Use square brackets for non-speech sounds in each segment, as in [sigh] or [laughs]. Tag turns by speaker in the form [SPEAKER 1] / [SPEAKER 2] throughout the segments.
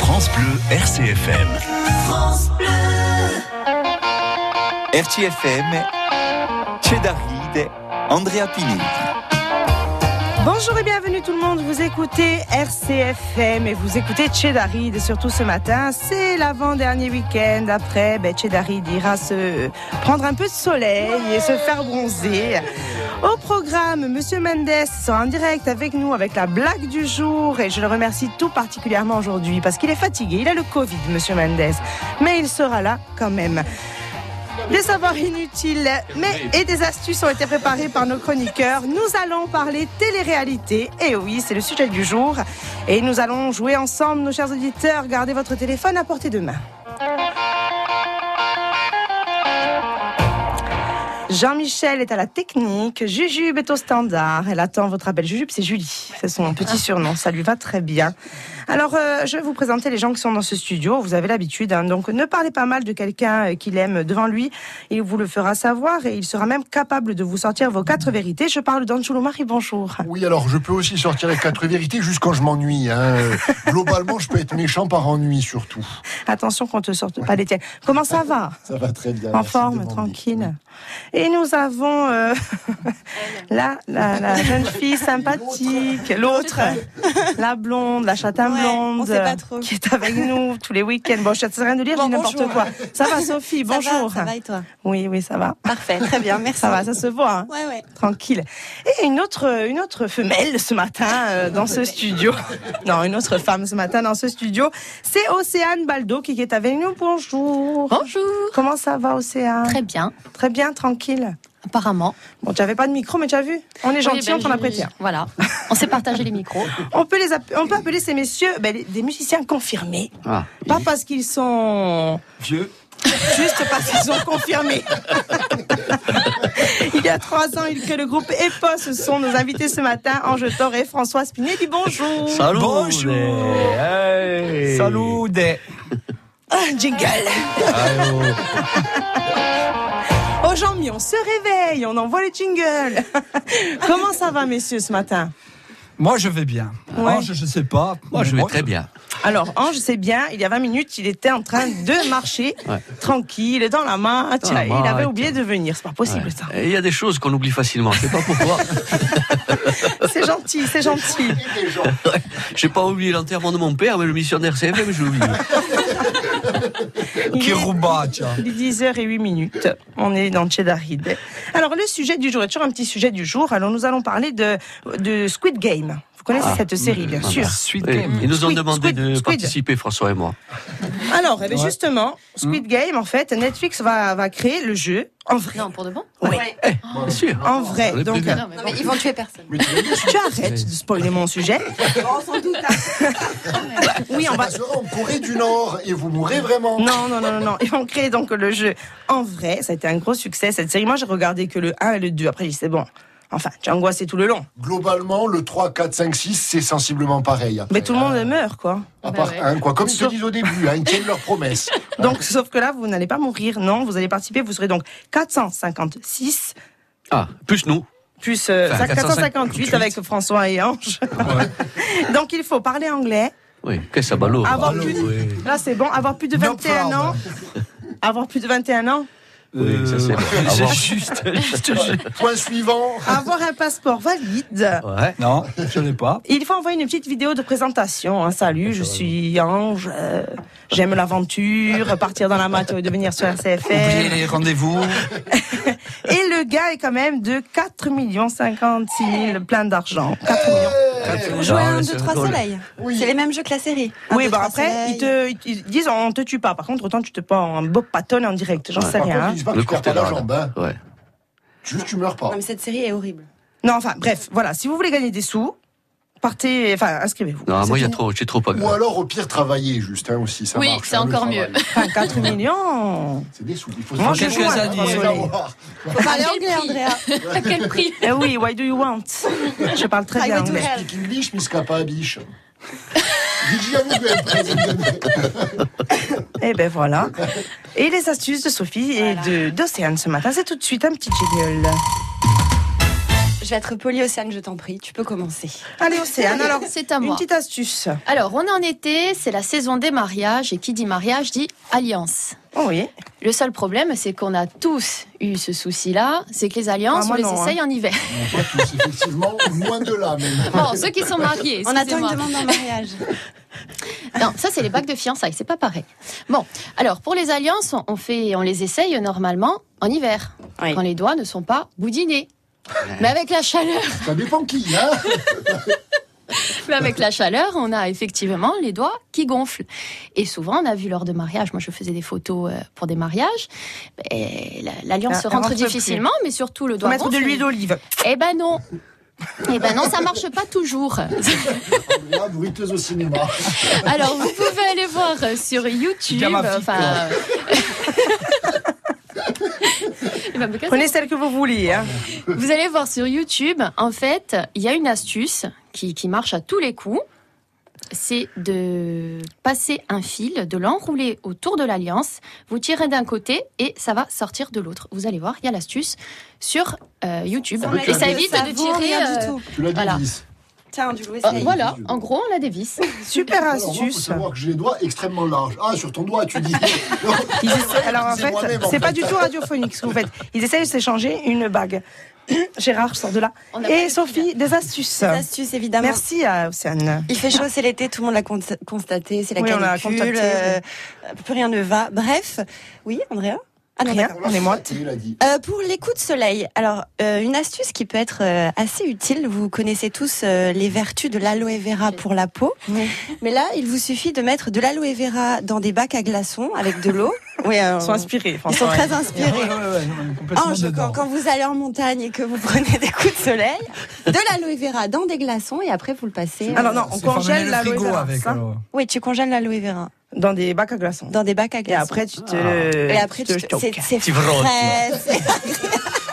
[SPEAKER 1] France Bleu RCFM.
[SPEAKER 2] France Bleu,
[SPEAKER 3] RCFM, Cedaride, Andrea Pinelli.
[SPEAKER 4] Bonjour et bienvenue tout le monde, vous écoutez RCFM et vous écoutez Chedarid et surtout ce matin, c'est l'avant-dernier week-end, après ben, Chedarid ira se prendre un peu de soleil et se faire bronzer. Au programme, Monsieur Mendes sera en direct avec nous avec la blague du jour et je le remercie tout particulièrement aujourd'hui parce qu'il est fatigué, il a le Covid Monsieur Mendes, mais il sera là quand même. Des savoirs inutiles mais, et des astuces ont été préparées par nos chroniqueurs. Nous allons parler télé-réalité. Et oui, c'est le sujet du jour. Et nous allons jouer ensemble, nos chers auditeurs. Gardez votre téléphone à portée de main. Jean-Michel est à la technique, Jujube est au standard. Elle attend votre appel. Jujube, c'est Julie. C'est son petit surnom. Ça lui va très bien. Alors, euh, je vais vous présenter les gens qui sont dans ce studio. Vous avez l'habitude. hein. Donc, ne parlez pas mal de quelqu'un euh, qu'il aime devant lui. Il vous le fera savoir et il sera même capable de vous sortir vos quatre vérités. Je parle d'Anchulo Marie. Bonjour.
[SPEAKER 5] Oui, alors je peux aussi sortir les quatre vérités juste quand je
[SPEAKER 4] [laughs]
[SPEAKER 5] m'ennuie. hein. Euh, Globalement, je peux être méchant par ennui surtout.
[SPEAKER 4] Attention qu'on te sorte pas les tiennes. Comment ça va
[SPEAKER 5] Ça va très bien.
[SPEAKER 4] En
[SPEAKER 5] merci de
[SPEAKER 4] forme,
[SPEAKER 5] demander.
[SPEAKER 4] tranquille. Et nous avons
[SPEAKER 6] [laughs]
[SPEAKER 4] euh, la, la, la jeune fille sympathique, l'autre, la blonde, la châtain
[SPEAKER 6] Ouais, on
[SPEAKER 4] blonde,
[SPEAKER 6] sait pas trop.
[SPEAKER 4] qui est avec nous tous les week-ends. Bon, je ne sais rien de lire,
[SPEAKER 6] Bon,
[SPEAKER 4] je dis n'importe
[SPEAKER 6] bonjour.
[SPEAKER 4] quoi. Ça va, Sophie,
[SPEAKER 6] Ça
[SPEAKER 4] bonjour.
[SPEAKER 6] va, ça va et toi
[SPEAKER 4] Oui, oui, ça va.
[SPEAKER 6] Parfait,
[SPEAKER 4] [laughs]
[SPEAKER 6] très bien, merci.
[SPEAKER 4] Ça va, ça se voit. hein.
[SPEAKER 6] Ouais, ouais.
[SPEAKER 4] Tranquille. Et une autre, une autre femelle ce matin euh, dans ce studio. [laughs] Non, une autre femme ce matin dans ce studio. C'est Océane Baldo qui est avec nous. Bonjour.
[SPEAKER 7] Bonjour.
[SPEAKER 4] Comment ça va, Océane
[SPEAKER 7] Très bien,
[SPEAKER 4] Très bien, tranquille.
[SPEAKER 7] apparemment.
[SPEAKER 4] Bon, tu n'avais pas de micro, mais tu as vu On est
[SPEAKER 7] Oui,
[SPEAKER 4] gentil,
[SPEAKER 7] ben,
[SPEAKER 4] on t'en a
[SPEAKER 7] je-
[SPEAKER 4] prêté. un.
[SPEAKER 7] Voilà, on s'est partagé les micros.
[SPEAKER 4] [laughs] On peut, les app- on peut appeler ces messieurs ben, les- des musiciens confirmés. Pas parce qu'ils sont
[SPEAKER 3] Vieux
[SPEAKER 4] juste parce qu'ils sont confirmés. [laughs] Il y a trois ans il- que le groupe EPOS ce sont nos invités ce matin, Ange Thor et François Spinelli. Bonjour.
[SPEAKER 8] Salut.
[SPEAKER 3] Bonjour.
[SPEAKER 8] Hey.
[SPEAKER 3] Salude
[SPEAKER 4] Jingle.
[SPEAKER 8] Allô.
[SPEAKER 4] Oh Jean-Mi, on se réveille, on envoie le jingle. [laughs] Comment ça va, messieurs, ce matin
[SPEAKER 8] Moi, je vais bien.
[SPEAKER 4] Ouais.
[SPEAKER 8] Ange, je sais pas.
[SPEAKER 9] Moi,
[SPEAKER 8] mais
[SPEAKER 9] je vais très bien.
[SPEAKER 4] Alors, Ange, c'est bien, il y a 20 minutes, il était en train de
[SPEAKER 8] [laughs]
[SPEAKER 4] marcher,
[SPEAKER 9] Ouais.
[SPEAKER 4] tranquille, dans la main. Ah, tiens,
[SPEAKER 9] la main,
[SPEAKER 4] il avait
[SPEAKER 9] tiens.
[SPEAKER 4] oublié de venir, c'est pas possible ça.
[SPEAKER 9] Et Il y a des choses qu'on oublie facilement. Je sais
[SPEAKER 4] [laughs]
[SPEAKER 9] pas pourquoi.
[SPEAKER 4] C'est gentil, c'est gentil.
[SPEAKER 5] Et les gens,
[SPEAKER 9] J'ai pas oublié l'enterrement de mon père, mais le missionnaire CFM, je l'oublie.
[SPEAKER 4] Il
[SPEAKER 8] Qui
[SPEAKER 4] est- [laughs]
[SPEAKER 8] roubacha.
[SPEAKER 4] il est 10h et 8 minutes. On est dans Chedaride. Alors, le sujet du jour est toujours un petit sujet du jour. Alors, nous allons parler de, de Squid Game. Vous connaissez
[SPEAKER 9] Ah.
[SPEAKER 4] cette série, bien sûr.
[SPEAKER 8] Suite.
[SPEAKER 9] Oui, Ils nous ont
[SPEAKER 4] Squid,
[SPEAKER 9] demandé
[SPEAKER 4] squid,
[SPEAKER 9] de
[SPEAKER 4] squid.
[SPEAKER 9] participer, François et moi.
[SPEAKER 4] Alors, eh bien,
[SPEAKER 8] Ouais.
[SPEAKER 4] justement, Squid Game, en fait, Netflix va, va créer le jeu en vrai.
[SPEAKER 7] Non, pour de bon
[SPEAKER 4] Oui,
[SPEAKER 9] Bien sûr.
[SPEAKER 4] en vrai.
[SPEAKER 9] On est
[SPEAKER 4] Donc,
[SPEAKER 9] prévenu.
[SPEAKER 4] euh,
[SPEAKER 7] mais
[SPEAKER 6] Non, mais ils vont tuer [laughs] personne.
[SPEAKER 5] mais tu vas
[SPEAKER 4] tu arrêtes de spoiler mon sujet.
[SPEAKER 6] hein.
[SPEAKER 4] [laughs] Oui, on va,
[SPEAKER 5] sera en Corée du Nord et vous mourrez vraiment.
[SPEAKER 4] Non, non, non, non, non. Ils vont créer donc le jeu en vrai. Ça a été un gros succès, cette série. Moi, j'ai regardé que le 1 et le 2. Après, j'ai dit, c'est bon. Enfin, j'ai angoissé tout le long.
[SPEAKER 5] Globalement, le 3, 4, 5, 6, c'est sensiblement pareil. après,
[SPEAKER 4] Mais tout le
[SPEAKER 5] hein.
[SPEAKER 4] monde meurt, quoi.
[SPEAKER 5] À part
[SPEAKER 7] Bah ouais.
[SPEAKER 5] un, quoi. Comme ils te
[SPEAKER 4] Sur-
[SPEAKER 5] disent au début, hein, ils tiennent leurs promesses.
[SPEAKER 4] [laughs] Donc, sauf que là, vous n'allez pas mourir. Non, vous allez participer. Vous serez donc 456
[SPEAKER 9] Ah, plus nous.
[SPEAKER 4] plus euh,
[SPEAKER 9] Enfin,
[SPEAKER 4] 458 avec François et Ange. [laughs] donc, il faut parler anglais.
[SPEAKER 9] Oui, qu'est-ce que ça ballot
[SPEAKER 4] Avoir plus de- Là, c'est bon. Avoir plus de
[SPEAKER 8] No
[SPEAKER 4] 21 ans. Avoir plus de 21 ans.
[SPEAKER 9] Oui, ça
[SPEAKER 8] [laughs]
[SPEAKER 9] c'est bon.
[SPEAKER 8] Euh,
[SPEAKER 9] Avoir-
[SPEAKER 8] c'est [laughs] juste, juste, juste.
[SPEAKER 5] Point suivant.
[SPEAKER 4] Avoir un passeport valide.
[SPEAKER 9] Ouais.
[SPEAKER 8] Non, je l'ai pas.
[SPEAKER 4] Il faut envoyer une petite vidéo de présentation. hein. Salut, je suis Ange. euh, J'aime l'aventure, partir dans la matière et devenir sur
[SPEAKER 8] Oubliez
[SPEAKER 4] RCFM.
[SPEAKER 8] les rendez-vous.
[SPEAKER 4] Et le gars est quand même de 4 millions 56 000, plein d'argent. 4 millions.
[SPEAKER 6] Ils jouer
[SPEAKER 9] Ah,
[SPEAKER 6] à un,
[SPEAKER 9] ouais,
[SPEAKER 6] deux,
[SPEAKER 9] c'est
[SPEAKER 6] trois
[SPEAKER 9] drôle.
[SPEAKER 6] soleils.
[SPEAKER 5] Oui.
[SPEAKER 6] C'est les mêmes jeux que la série. Un,
[SPEAKER 4] Oui,
[SPEAKER 6] deux,
[SPEAKER 4] bah
[SPEAKER 6] trois
[SPEAKER 4] après,
[SPEAKER 6] soleils.
[SPEAKER 4] ils te ils- ils disent on te tue pas. Par contre, autant tu te prends un beau patone en direct. J'en sais
[SPEAKER 5] Par
[SPEAKER 4] rien.
[SPEAKER 5] contre,
[SPEAKER 4] hein.
[SPEAKER 5] ils disent pas que
[SPEAKER 9] Le
[SPEAKER 5] tu perds pas la
[SPEAKER 9] courtelard,
[SPEAKER 5] jambe. Hein.
[SPEAKER 9] Ouais.
[SPEAKER 5] Juste, tu meurs pas.
[SPEAKER 6] Non, mais cette série est horrible.
[SPEAKER 4] Non, enfin, bref, voilà. Si vous voulez gagner des sous, partez, enfin, inscrivez-vous.
[SPEAKER 9] Non, moi, il y a
[SPEAKER 4] C'est tout.
[SPEAKER 9] trop, j'ai trop pas
[SPEAKER 5] Ou
[SPEAKER 9] grave.
[SPEAKER 5] alors, au pire, travailler, juste hein, aussi. Ça
[SPEAKER 7] Oui,
[SPEAKER 5] marche,
[SPEAKER 7] c'est
[SPEAKER 5] hein, le
[SPEAKER 7] encore
[SPEAKER 5] travail.
[SPEAKER 7] mieux.
[SPEAKER 4] Enfin,
[SPEAKER 5] [laughs]
[SPEAKER 4] 4 millions.
[SPEAKER 5] C'est des sous. Il faut
[SPEAKER 4] Moi,
[SPEAKER 5] se faire
[SPEAKER 8] je
[SPEAKER 5] des
[SPEAKER 8] joue
[SPEAKER 5] sous,
[SPEAKER 8] à
[SPEAKER 5] hein,
[SPEAKER 8] la
[SPEAKER 5] faut
[SPEAKER 8] durée.
[SPEAKER 5] savoir.
[SPEAKER 7] À
[SPEAKER 6] Parlez
[SPEAKER 7] quel
[SPEAKER 6] anglais,
[SPEAKER 7] prix
[SPEAKER 6] Andrea.
[SPEAKER 7] [laughs] À quel prix
[SPEAKER 4] Eh oui, why do you
[SPEAKER 5] [laughs]
[SPEAKER 4] want Je parle très bien
[SPEAKER 6] Highway to
[SPEAKER 4] anglais.
[SPEAKER 6] Hell.
[SPEAKER 5] Speak English, mais ce qu'a pas à biche. [laughs] Did you have a good president?
[SPEAKER 4] Et ben voilà. Et les astuces de Sophie et de d'Océane ce matin, c'est tout de suite un petit jingle.
[SPEAKER 6] Je vais être poli, Océane, je t'en prie. Tu peux commencer.
[SPEAKER 4] Allez, Océane, alors,
[SPEAKER 7] C'est à
[SPEAKER 4] une
[SPEAKER 7] moi.
[SPEAKER 4] petite astuce.
[SPEAKER 7] Alors, on est en été, c'est la saison des mariages, et qui dit mariage dit alliance.
[SPEAKER 4] Oh oui.
[SPEAKER 7] Le seul problème, c'est qu'on a tous eu ce souci-là, c'est que les alliances,
[SPEAKER 4] Ah, moi
[SPEAKER 7] on les
[SPEAKER 4] non,
[SPEAKER 7] essaye
[SPEAKER 4] [laughs]
[SPEAKER 7] en hiver.
[SPEAKER 5] Pas tous, effectivement, moins de là même.
[SPEAKER 7] Bon, ceux qui sont mariés,
[SPEAKER 6] On attend une
[SPEAKER 7] excusez-moi.
[SPEAKER 6] demande en mariage.
[SPEAKER 7] Non, ça c'est les bacs de fiançailles, c'est pas pareil. Bon, alors pour les alliances, on- on fait, on les essaye normalement en hiver,
[SPEAKER 6] Oui.
[SPEAKER 7] quand les doigts ne sont pas boudinés. Mais avec la chaleur,
[SPEAKER 5] Ça dépend qui, hein
[SPEAKER 7] mais avec la chaleur, on a effectivement les doigts qui gonflent. Et souvent, on a vu lors de mariage, moi je faisais des photos euh, pour des mariages, et la- l'alliance
[SPEAKER 4] Ah,
[SPEAKER 7] se
[SPEAKER 4] elle
[SPEAKER 7] rentre
[SPEAKER 4] rentre plus.
[SPEAKER 7] difficilement, mais surtout le
[SPEAKER 4] Faut
[SPEAKER 7] doigt
[SPEAKER 4] mettre de
[SPEAKER 7] gonfle.
[SPEAKER 4] l'huile d'olive.
[SPEAKER 7] Eh ben non. Eh ben non, ça marche pas
[SPEAKER 4] [laughs]
[SPEAKER 7] toujours.
[SPEAKER 5] Là, bruiteuse au cinéma.
[SPEAKER 7] Alors, vous pouvez aller voir euh, sur YouTube.
[SPEAKER 8] Gamma Fit,
[SPEAKER 7] Enfin.
[SPEAKER 8] quoi.
[SPEAKER 7] Eh ben, mais qu'est-ce
[SPEAKER 4] Prenez celle que vous voulez. hein.
[SPEAKER 7] Vous allez voir sur YouTube, en fait, il y a une astuce qui, qui marche à tous les coups. C'est de passer un fil, de l'enrouler autour de l'alliance. Vous tirez d'un côté et ça va sortir de l'autre. Vous allez voir, il y a l'astuce sur euh, YouTube.
[SPEAKER 5] Ça
[SPEAKER 7] Et ça
[SPEAKER 5] m'étonne.
[SPEAKER 7] évite
[SPEAKER 6] Ça
[SPEAKER 7] de
[SPEAKER 6] vaut
[SPEAKER 7] tirer.
[SPEAKER 6] rien
[SPEAKER 7] euh,
[SPEAKER 6] du tout.
[SPEAKER 5] Tu l'as dit,
[SPEAKER 7] Voilà.
[SPEAKER 5] Lise.
[SPEAKER 6] Tiens, du coup,
[SPEAKER 7] euh,
[SPEAKER 6] essaye.
[SPEAKER 7] voilà, en gros, on a des vis.
[SPEAKER 6] [laughs]
[SPEAKER 4] Super
[SPEAKER 5] Alors, moi, faut
[SPEAKER 4] astuce.
[SPEAKER 5] savoir que j'ai les doigts extrêmement larges. Ah, sur ton doigt,
[SPEAKER 4] [laughs]
[SPEAKER 5] tu dis.
[SPEAKER 4] Ils essaient-
[SPEAKER 5] [laughs]
[SPEAKER 4] Alors en
[SPEAKER 5] C'est
[SPEAKER 4] fait,
[SPEAKER 5] moi-même, en
[SPEAKER 4] c'est pas
[SPEAKER 5] fait.
[SPEAKER 4] du tout radiophonique ce que vous
[SPEAKER 5] [laughs]
[SPEAKER 4] faites. Ils essayent de s'échanger une bague. [clears throat] Gérard, sort de là.
[SPEAKER 7] On n'a pas
[SPEAKER 4] Et
[SPEAKER 7] de
[SPEAKER 4] Sophie, des astuces.
[SPEAKER 6] Des astuces, évidemment.
[SPEAKER 4] Merci à Océane.
[SPEAKER 6] Il fait chaud, c'est l'été, tout le monde l'a cons- constaté, c'est la
[SPEAKER 4] Oui, on l'a
[SPEAKER 6] canicule,
[SPEAKER 4] constaté.
[SPEAKER 6] euh, plus rien ne va. Bref, oui, Andrea Ah non,
[SPEAKER 4] Rien.
[SPEAKER 6] d'accord.
[SPEAKER 4] On est moite.
[SPEAKER 5] Il a dit.
[SPEAKER 6] Euh, pour les coups de soleil, alors euh, une astuce qui peut être euh, assez utile, vous connaissez tous euh, les vertus de l'aloe vera pour la peau,
[SPEAKER 4] Oui.
[SPEAKER 6] mais là il vous suffit de mettre de l'aloe vera dans des bacs à glaçons avec de l'eau. Oui, euh,
[SPEAKER 4] [laughs] Ils sont inspirés,
[SPEAKER 6] ils sont
[SPEAKER 4] François.
[SPEAKER 6] très
[SPEAKER 8] Ouais,
[SPEAKER 4] [laughs]
[SPEAKER 8] ouais,
[SPEAKER 6] inspirés.
[SPEAKER 8] ouais, non, mais complètement
[SPEAKER 6] Ange,
[SPEAKER 8] dedans.
[SPEAKER 6] quand, quand vous allez en montagne et que vous prenez des coups de soleil,
[SPEAKER 8] [laughs]
[SPEAKER 6] de l'aloe vera dans des glaçons et après vous le passez. euh,
[SPEAKER 4] Alors non, on
[SPEAKER 8] C'est fermer
[SPEAKER 4] congèle
[SPEAKER 8] le
[SPEAKER 4] la
[SPEAKER 8] frigo
[SPEAKER 4] vera
[SPEAKER 8] avec.
[SPEAKER 4] ça,
[SPEAKER 8] alors.
[SPEAKER 6] Oui, tu congèles l'aloe vera
[SPEAKER 4] dans des bacs à glaçons.
[SPEAKER 6] dans des bacs à
[SPEAKER 4] Et
[SPEAKER 6] glaçons.
[SPEAKER 4] après tu te.
[SPEAKER 6] Et après,
[SPEAKER 4] tu te
[SPEAKER 6] tu te- c'est
[SPEAKER 4] choques.
[SPEAKER 6] c'est
[SPEAKER 9] Tu vrottes.
[SPEAKER 6] frais, c'est-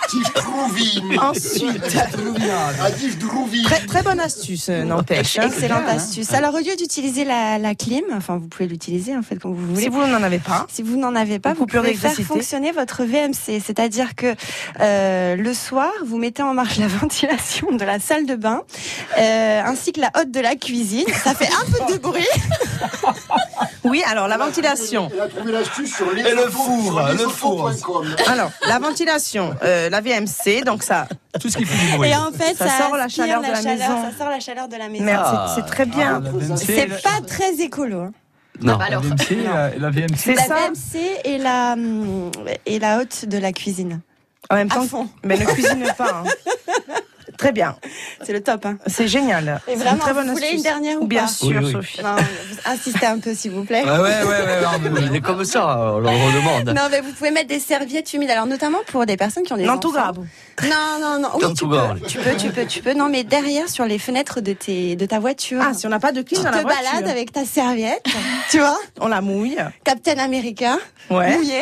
[SPEAKER 5] Tivrouvim
[SPEAKER 4] [laughs]
[SPEAKER 6] [laughs]
[SPEAKER 4] Ensuite,
[SPEAKER 5] Adif Drouvim
[SPEAKER 4] très, très bonne astuce, euh, n'empêche. hein.
[SPEAKER 6] excellente astuce. Alors, au lieu d'utiliser la, la clim, enfin, vous pouvez l'utiliser en fait comme vous voulez.
[SPEAKER 4] Si vous n'en avez pas,
[SPEAKER 6] Si vous n'en avez pas,
[SPEAKER 4] Une
[SPEAKER 6] vous
[SPEAKER 4] coupure
[SPEAKER 6] pouvez faire
[SPEAKER 4] d'électricité.
[SPEAKER 6] fonctionner votre VMC. C'est-à-dire que euh, le soir, vous mettez en marche [laughs] la ventilation de la salle de bain, euh, ainsi que la hotte de la cuisine. Ça fait un peu de bruit.
[SPEAKER 4] oui. Alors la ventilation.
[SPEAKER 5] Il a trouvé l'astuce sur les
[SPEAKER 9] Et le four, Ah, le
[SPEAKER 4] Alors la ventilation, euh, la VMC, donc ça.
[SPEAKER 8] Tout ce qui fait du bruit.
[SPEAKER 6] Et en fait,
[SPEAKER 4] Ça
[SPEAKER 6] ça,
[SPEAKER 4] sort la
[SPEAKER 6] aspire
[SPEAKER 4] chaleur de la maison.
[SPEAKER 6] Ça sort la chaleur de la maison.
[SPEAKER 4] Merde, c'est- c'est très bien.
[SPEAKER 8] Ah, La VMC,
[SPEAKER 6] C'est pas très écolo. hein.
[SPEAKER 9] Non.
[SPEAKER 7] Ah bah
[SPEAKER 8] La
[SPEAKER 7] alors,
[SPEAKER 8] VMC, la, la VMC.
[SPEAKER 4] C'est
[SPEAKER 6] La
[SPEAKER 4] ça.
[SPEAKER 6] VMC et la, hum, et la hotte de la cuisine.
[SPEAKER 4] En même
[SPEAKER 6] À
[SPEAKER 4] temps,
[SPEAKER 6] fond.
[SPEAKER 4] mais ne cuisine pas. hein. Très bien,
[SPEAKER 6] C'est le top. Hein.
[SPEAKER 4] c'est génial.
[SPEAKER 6] [laughs] Et
[SPEAKER 4] C'est
[SPEAKER 6] vraiment,
[SPEAKER 4] une très bonne
[SPEAKER 6] vous voulez
[SPEAKER 4] astuce.
[SPEAKER 6] une dernière ou
[SPEAKER 4] Bien
[SPEAKER 6] pas
[SPEAKER 4] sûr,
[SPEAKER 9] Oui, oui.
[SPEAKER 4] Sophie.
[SPEAKER 6] Non, vous- insistez un peu, s'il vous plaît.
[SPEAKER 8] Ouais, ouais, ouais,
[SPEAKER 6] [laughs]
[SPEAKER 8] ouais, non, mais-
[SPEAKER 9] Eh. [laughs] Il est comme ça, on leur redemande.
[SPEAKER 6] Non, mais vous pouvez mettre des serviettes humides. Alors, notamment pour des personnes qui ont des
[SPEAKER 4] Non,
[SPEAKER 6] enfants.
[SPEAKER 4] tout grave.
[SPEAKER 6] Non, non, non. Oui,
[SPEAKER 9] Dans
[SPEAKER 6] tu
[SPEAKER 9] tout
[SPEAKER 6] peux,
[SPEAKER 9] grave.
[SPEAKER 6] tu peux, tu peux, tu peux. Non, mais derrière, sur les fenêtres de, tes, de ta voiture.
[SPEAKER 4] Ah, si on n'a pas de
[SPEAKER 6] tu
[SPEAKER 4] clim
[SPEAKER 6] te
[SPEAKER 4] dans la voiture,
[SPEAKER 6] balades avec ta serviette. tu vois
[SPEAKER 4] on la mouille.
[SPEAKER 6] Captain America.
[SPEAKER 4] Ouais.
[SPEAKER 6] Mouillé.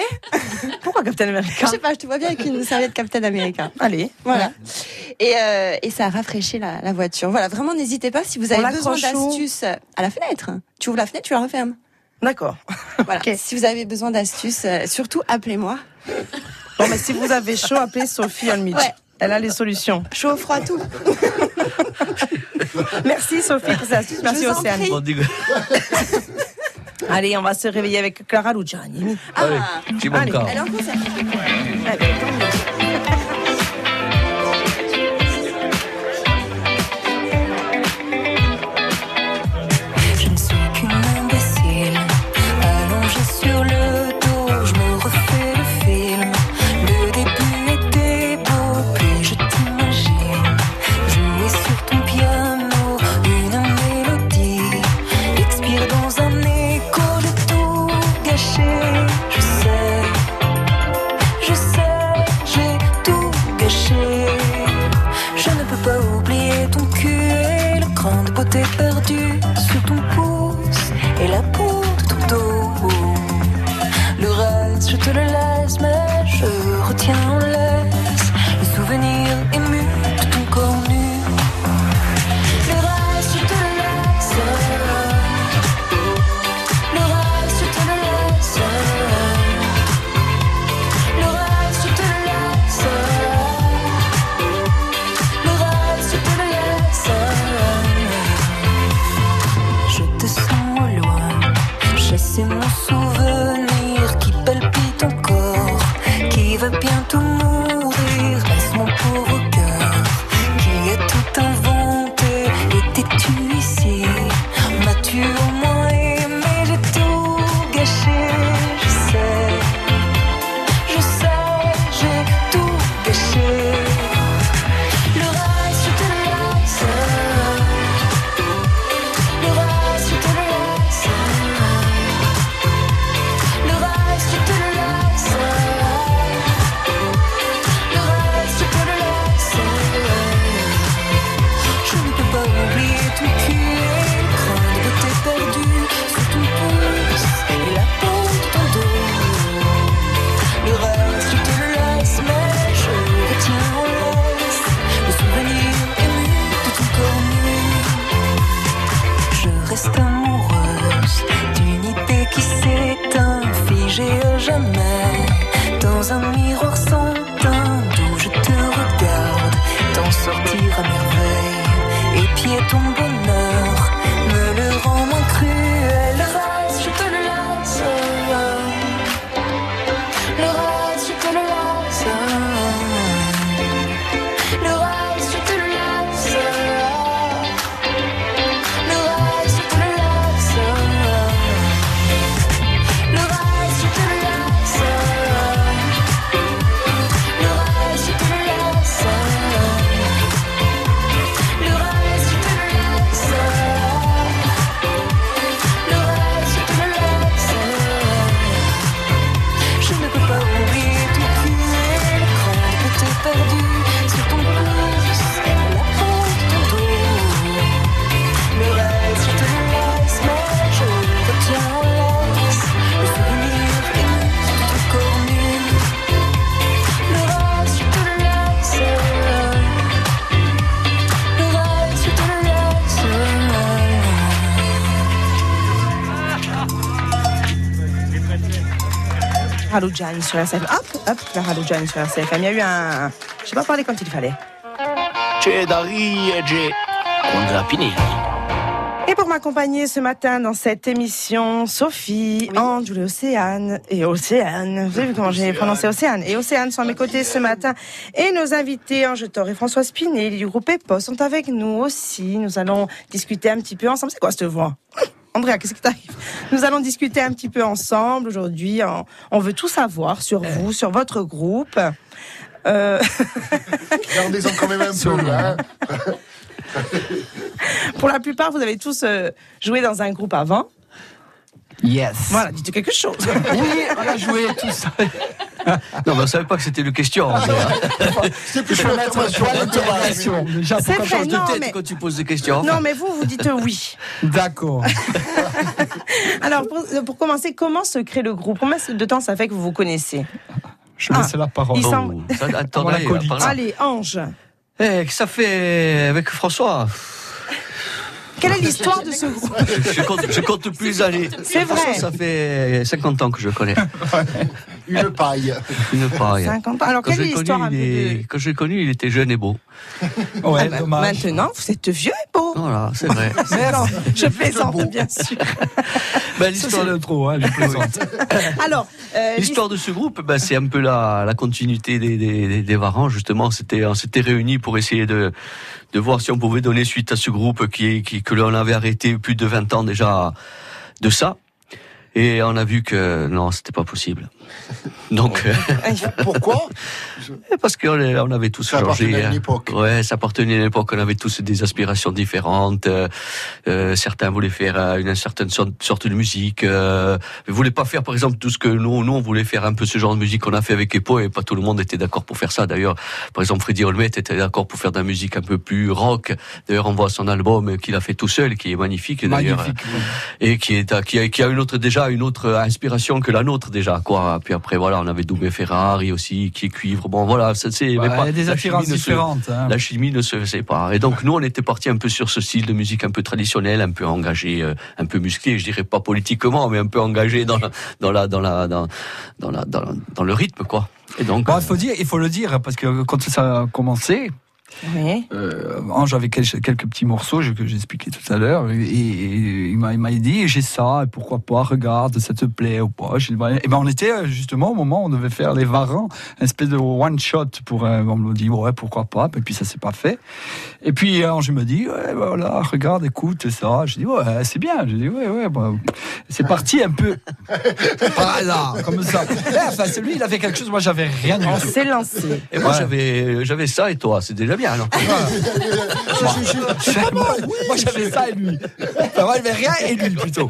[SPEAKER 4] Pourquoi Captain
[SPEAKER 6] Je
[SPEAKER 4] America
[SPEAKER 6] sais pas, je te vois bien avec une serviette Captain America.
[SPEAKER 4] Allez,
[SPEAKER 6] Voilà. Et, euh, et ça a rafraîchi la, la voiture. Voilà, vraiment, n'hésitez pas si
[SPEAKER 4] On
[SPEAKER 6] vous avez besoin
[SPEAKER 4] l'accroche où
[SPEAKER 6] d'astuces à la fenêtre. Tu ouvres la fenêtre, tu la refermes.
[SPEAKER 4] d'accord.
[SPEAKER 6] Voilà.
[SPEAKER 4] Ok.
[SPEAKER 6] Si vous avez besoin d'astuces, euh, surtout appelez-moi.
[SPEAKER 4] Bon, mais si vous avez chaud, appelez Sophie Olmich.
[SPEAKER 6] Ouais.
[SPEAKER 4] Elle a les solutions.
[SPEAKER 6] Chaud, froid, tout.
[SPEAKER 4] [laughs] Merci Sophie pour ces astuces. Merci
[SPEAKER 6] vous en
[SPEAKER 4] Océane.
[SPEAKER 6] prie.
[SPEAKER 9] On dit-
[SPEAKER 4] [laughs] Allez, on va se réveiller avec Clara Luciani.
[SPEAKER 9] Allez, tu m'en
[SPEAKER 4] Allez,
[SPEAKER 9] cas.
[SPEAKER 6] Ah. Alors, concert.
[SPEAKER 1] Je ne suis qu'une imbécile, allongée sur le dos, je me refais le film. Le début était beau, puis je t'imagine jouer sur ton piano une mélodie. Expire dans un écho, j'ai tout gâché. Je sais, je sais, j'ai C'est mon souvenir qui palpite encore, qui va bientôt mourir. Est-ce mon pauvre cœur qui a tout inventé Étais-tu ici M'as-tu au moins aimé J'ai tout gâché, je sais. Je sais, j'ai tout gâché. Le reste te laisse. Le reste te laisse. Le reste te laisse. Le reste te laisse. Je ne peux pas oublier ton cul Crainte de beauté perdue Sous ton pouce Et la peau de ton dos Le reste je te le laisse Mais je retiens en laisse Le souvenir ému De ton corps nu Je reste amoureuse D'une idée qui s'éteint Figée à jamais Dans un miroir sans teint D'où je te regarde T'en sortir à merveille et pied ton bonheur me le rend moins cruel. Le reste, je te le laisse. Le reste, je te le laisse. Le reste, je te le laisse. Le reste, je te le laisse. Le reste, je te le laisse. Le reste, je te le laisse. Le reste, je te le laisse. Le reste, je te le laisse. Je ne peux pas oublier ton cul. Quand que t'es perdu, sur ton pouce, la peau de ton dos. Le reste, je te le laisse, mais je retiens en laisse. Le souvenir ému de ton corps nu. Le reste, je te le laisse. Le reste, je te le laisse.
[SPEAKER 4] Raloujan sur RCFM. Hop, hop, la Raloujan sur RCFM. Il y a eu un. Je sais pas parler quand il fallait. Et pour m'accompagner ce matin dans cette émission, Sophie, Ange et Océane. Et Océane, vous avez vu comment j'ai prononcé Océane. Et Océane sont à mes côtés ce matin. Et nos invités, Ange Thor et François Spinelli du groupe EPOS, sont avec nous aussi. Nous allons discuter un petit peu ensemble. C'est quoi cette voix [laughs] Andrea, qu'est-ce qui t'arrive Nous allons discuter un petit peu ensemble aujourd'hui. On, on veut tout savoir sur vous, sur votre groupe. Euh, [laughs]
[SPEAKER 5] Gardez-en quand même un peu. hein.
[SPEAKER 4] pour la plupart, vous avez tous euh, joué dans un groupe avant.
[SPEAKER 8] Yes.
[SPEAKER 4] Voilà, dites quelque chose.
[SPEAKER 8] Oui, on a joué tout ça.
[SPEAKER 9] Non, mais on savait pas que c'était une question.
[SPEAKER 4] Ah,
[SPEAKER 9] euh, Andrea.
[SPEAKER 8] [laughs]
[SPEAKER 5] C'est plus une affirmation.
[SPEAKER 8] L'interrogation. Déjà,
[SPEAKER 4] C'est
[SPEAKER 8] pourquoi
[SPEAKER 4] vrai,
[SPEAKER 8] change de-
[SPEAKER 4] non,
[SPEAKER 9] De tête
[SPEAKER 4] mais-
[SPEAKER 9] quand tu poses des questions.
[SPEAKER 4] Non, mais vous, vous dites [laughs] oui.
[SPEAKER 8] D'accord.
[SPEAKER 4] Alors, pour, euh, pour commencer, comment se crée le groupe Combien de temps ça fait que vous vous connaissez
[SPEAKER 8] Je laisse la parole.
[SPEAKER 4] il
[SPEAKER 9] Oh,
[SPEAKER 4] semble-
[SPEAKER 9] ça, attends,
[SPEAKER 8] Avant la
[SPEAKER 9] allez,
[SPEAKER 8] colite.
[SPEAKER 9] par là.
[SPEAKER 4] Allez, Ange,
[SPEAKER 9] Eh, que ça fait avec François
[SPEAKER 4] quelle est l'histoire de ce
[SPEAKER 8] [laughs]
[SPEAKER 4] groupe
[SPEAKER 9] je, je compte, je compte plus les années.
[SPEAKER 4] C'est vrai.
[SPEAKER 9] François, ça fait 50 ans que je le connais.
[SPEAKER 5] Une paille.
[SPEAKER 4] Ah
[SPEAKER 9] Une paille.
[SPEAKER 4] 50 ans. Alors,
[SPEAKER 9] Quand je
[SPEAKER 4] quelle est
[SPEAKER 9] l'ai
[SPEAKER 4] l'histoire un
[SPEAKER 9] connu,
[SPEAKER 4] peu
[SPEAKER 9] il est-
[SPEAKER 4] de...
[SPEAKER 9] quand je l'ai connu, il était jeune et beau.
[SPEAKER 8] Ouais,
[SPEAKER 4] Ah bah,
[SPEAKER 8] dommage.
[SPEAKER 4] Maintenant, vous êtes vieux et beau.
[SPEAKER 9] Voilà, c'est
[SPEAKER 4] [laughs]
[SPEAKER 9] vrai.
[SPEAKER 4] Non, je plaisante, bien
[SPEAKER 8] [laughs]
[SPEAKER 4] sûr.
[SPEAKER 9] Ben,
[SPEAKER 8] Ça,
[SPEAKER 9] l'histoire
[SPEAKER 8] c'est le trop, hein, je plaisante.
[SPEAKER 4] [laughs] Alors, euh,
[SPEAKER 9] L'histoire de ce groupe, ben, c'est un peu la, la continuité des, des, des- des Varans, justement. C'était, on s'était réunis pour essayer de, de voir si on pouvait donner suite à ce groupe qui, qui, que l'on avait arrêté plus de 20 ans déjà de ça. Et on a vu que non, c'était pas possible. Donc, [laughs]
[SPEAKER 4] Ah,
[SPEAKER 5] Pourquoi
[SPEAKER 9] euh, parce qu'on est- on avait tous
[SPEAKER 5] Ça
[SPEAKER 9] changé.
[SPEAKER 5] appartenait à
[SPEAKER 9] hein.
[SPEAKER 5] une époque.
[SPEAKER 9] Ouais, ça appartenait à une époque. On avait tous des aspirations différentes. Euh, euh, certains voulaient faire euh, une certaine so- sorte de musique. Euh, ils voulaient pas faire, par exemple, tout ce que nous, nous, on voulait faire un peu ce genre de musique qu'on a fait avec Epo et pas tout le monde était d'accord pour faire ça. D'ailleurs, par exemple, Freddy Olmet était d'accord pour faire de la musique un peu plus rock. D'ailleurs, on voit son album qu'il a fait tout seul, qui est magnifique. d'ailleurs hein.
[SPEAKER 8] Magnifique.
[SPEAKER 9] et qui est à- qui a, qui a une autre déjà une autre inspiration que la nôtre déjà quoi puis après voilà on avait Doumé Ferrari aussi qui est cuivre bon voilà ça c'est
[SPEAKER 8] Bah, Il
[SPEAKER 9] mais pas-
[SPEAKER 8] y a des
[SPEAKER 9] la
[SPEAKER 8] attirances
[SPEAKER 9] chimie ne se-
[SPEAKER 8] différentes. hein.
[SPEAKER 9] la chimie ne se sépare. Et donc nous, on était parti un peu sur ce style de musique un peu traditionnelle, un peu engagé, euh, un peu musclé. Je dirais pas politiquement, mais un peu engagé dans la, dans la, dans la, dans, dans la, dans, la- dans le rythme, quoi. Et donc,
[SPEAKER 8] Bon,
[SPEAKER 9] euh,
[SPEAKER 8] il faut dire, il faut le dire parce que quand ça a commencé,
[SPEAKER 4] Oui.
[SPEAKER 2] Euh, Ange avait quel- quelques petits morceaux je- que j'expliquais tout à l'heure, et, et il m'a- il m'a dit j'ai ça, et pourquoi pas, regarde, ça te plaît ou pas. J'ai dit, bah, Et ben on était euh, justement au moment où on devait faire les varans, une espèce de one shot pour. euh, on me dit ouais pourquoi pas, et puis ça s'est pas fait. Et puis euh, Ange me dit ouais bah, voilà regarde écoute ça. Je dis ouais c'est bien. Je dis ouais ouais bah, c'est parti un peu par hasard comme ça. Eh, Enfin celui il avait quelque chose, moi j'avais rien. du
[SPEAKER 4] On
[SPEAKER 2] tout.
[SPEAKER 4] s'est lancé.
[SPEAKER 9] Et moi,
[SPEAKER 2] Ouais.
[SPEAKER 9] j'avais, j'avais ça et toi, c'est déjà bien. Alors.
[SPEAKER 2] Moi, moi, j'avais ça et lui. Enfin, moi, j'avais rien et lui plutôt.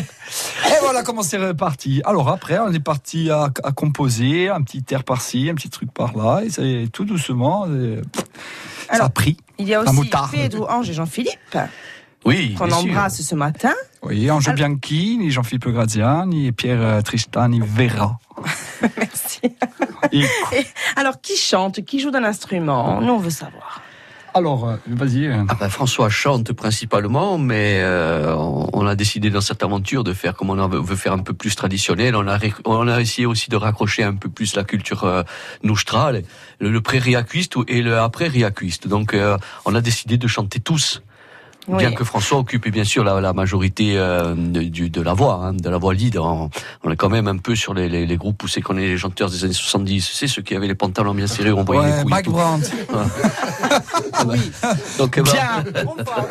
[SPEAKER 2] et voilà comment c'est reparti. Alors après, on est parti à, à composer, un petit air par-ci, un petit truc par-là, et c'est tout doucement. euh, pff, ça
[SPEAKER 4] Alors-
[SPEAKER 2] a pris.
[SPEAKER 4] Il y a
[SPEAKER 2] Un
[SPEAKER 4] aussi
[SPEAKER 2] motard.
[SPEAKER 4] Pedro, Ange et Jean-Philippe
[SPEAKER 9] Oui,
[SPEAKER 4] qu'on
[SPEAKER 9] bien sûr.
[SPEAKER 4] embrasse ce matin.
[SPEAKER 2] Oui, Ange
[SPEAKER 4] Alors-
[SPEAKER 2] Bianchini, Jean-Philippe Graziani, et Pierre euh, Tristani Vera.
[SPEAKER 4] Merci.
[SPEAKER 2] Et-
[SPEAKER 4] [laughs] Alors, qui chante Qui joue d'un instrument Nous, on veut savoir.
[SPEAKER 2] alors, euh, vas-y. euh,
[SPEAKER 9] Ah ben, François chante principalement, mais euh, on, on a décidé dans cette aventure de faire comme on en veut veut faire un peu plus traditionnel. On a, ré- on a essayé aussi de raccrocher un peu plus la culture euh, noustrale, le, le pré-riacuiste ou- et le après-riacuiste. Donc euh, on a décidé de chanter tous,
[SPEAKER 4] Oui.
[SPEAKER 9] bien que François occupe bien sûr la, la majorité euh, de, du- de la voix, hein, de la voix lead. On, on est quand même un peu sur les, les- les groupes où c'est qu'on est les chanteurs des années 70. C'est ceux qui avaient les pantalons bien serrés, on voyait les
[SPEAKER 2] Ouais,
[SPEAKER 9] couilles. et
[SPEAKER 2] Mike
[SPEAKER 9] tout. [laughs]
[SPEAKER 2] Brandt. [laughs]
[SPEAKER 9] Donc, euh, bah,
[SPEAKER 2] Bien.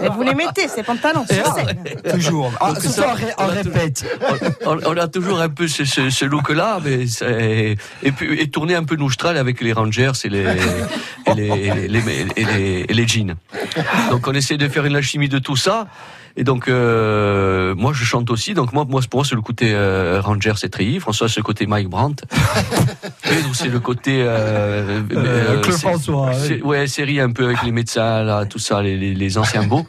[SPEAKER 4] Et vous les mettez, ces pantalons,
[SPEAKER 2] Et
[SPEAKER 4] sur
[SPEAKER 2] là-
[SPEAKER 4] scène.
[SPEAKER 2] Toujours. Ah,
[SPEAKER 9] Eh, Donc,
[SPEAKER 2] ce
[SPEAKER 9] ça,
[SPEAKER 2] soir, on ré- on
[SPEAKER 9] on a tout-
[SPEAKER 2] répète.
[SPEAKER 9] on, on a toujours un peu ce, ce, ce look-là, mais c'est- et puis et tourner un peu noustral avec les Rangers et les et les, et les, et les- et les jeans. Donc on essaie de faire une alchimie de tout ça. Et donc euh, moi je chante aussi. Donc moi, moi pour moi c'est le côté euh, Rangers et Tri. François c'est le côté Mike Brandt. Pedro c'est le côté euh,
[SPEAKER 2] Euh, Claude
[SPEAKER 9] c'est-
[SPEAKER 2] François,
[SPEAKER 9] c'est-
[SPEAKER 2] oui.
[SPEAKER 9] ouais série un peu avec les médecins là, tout ça, les, les, les anciens beaux.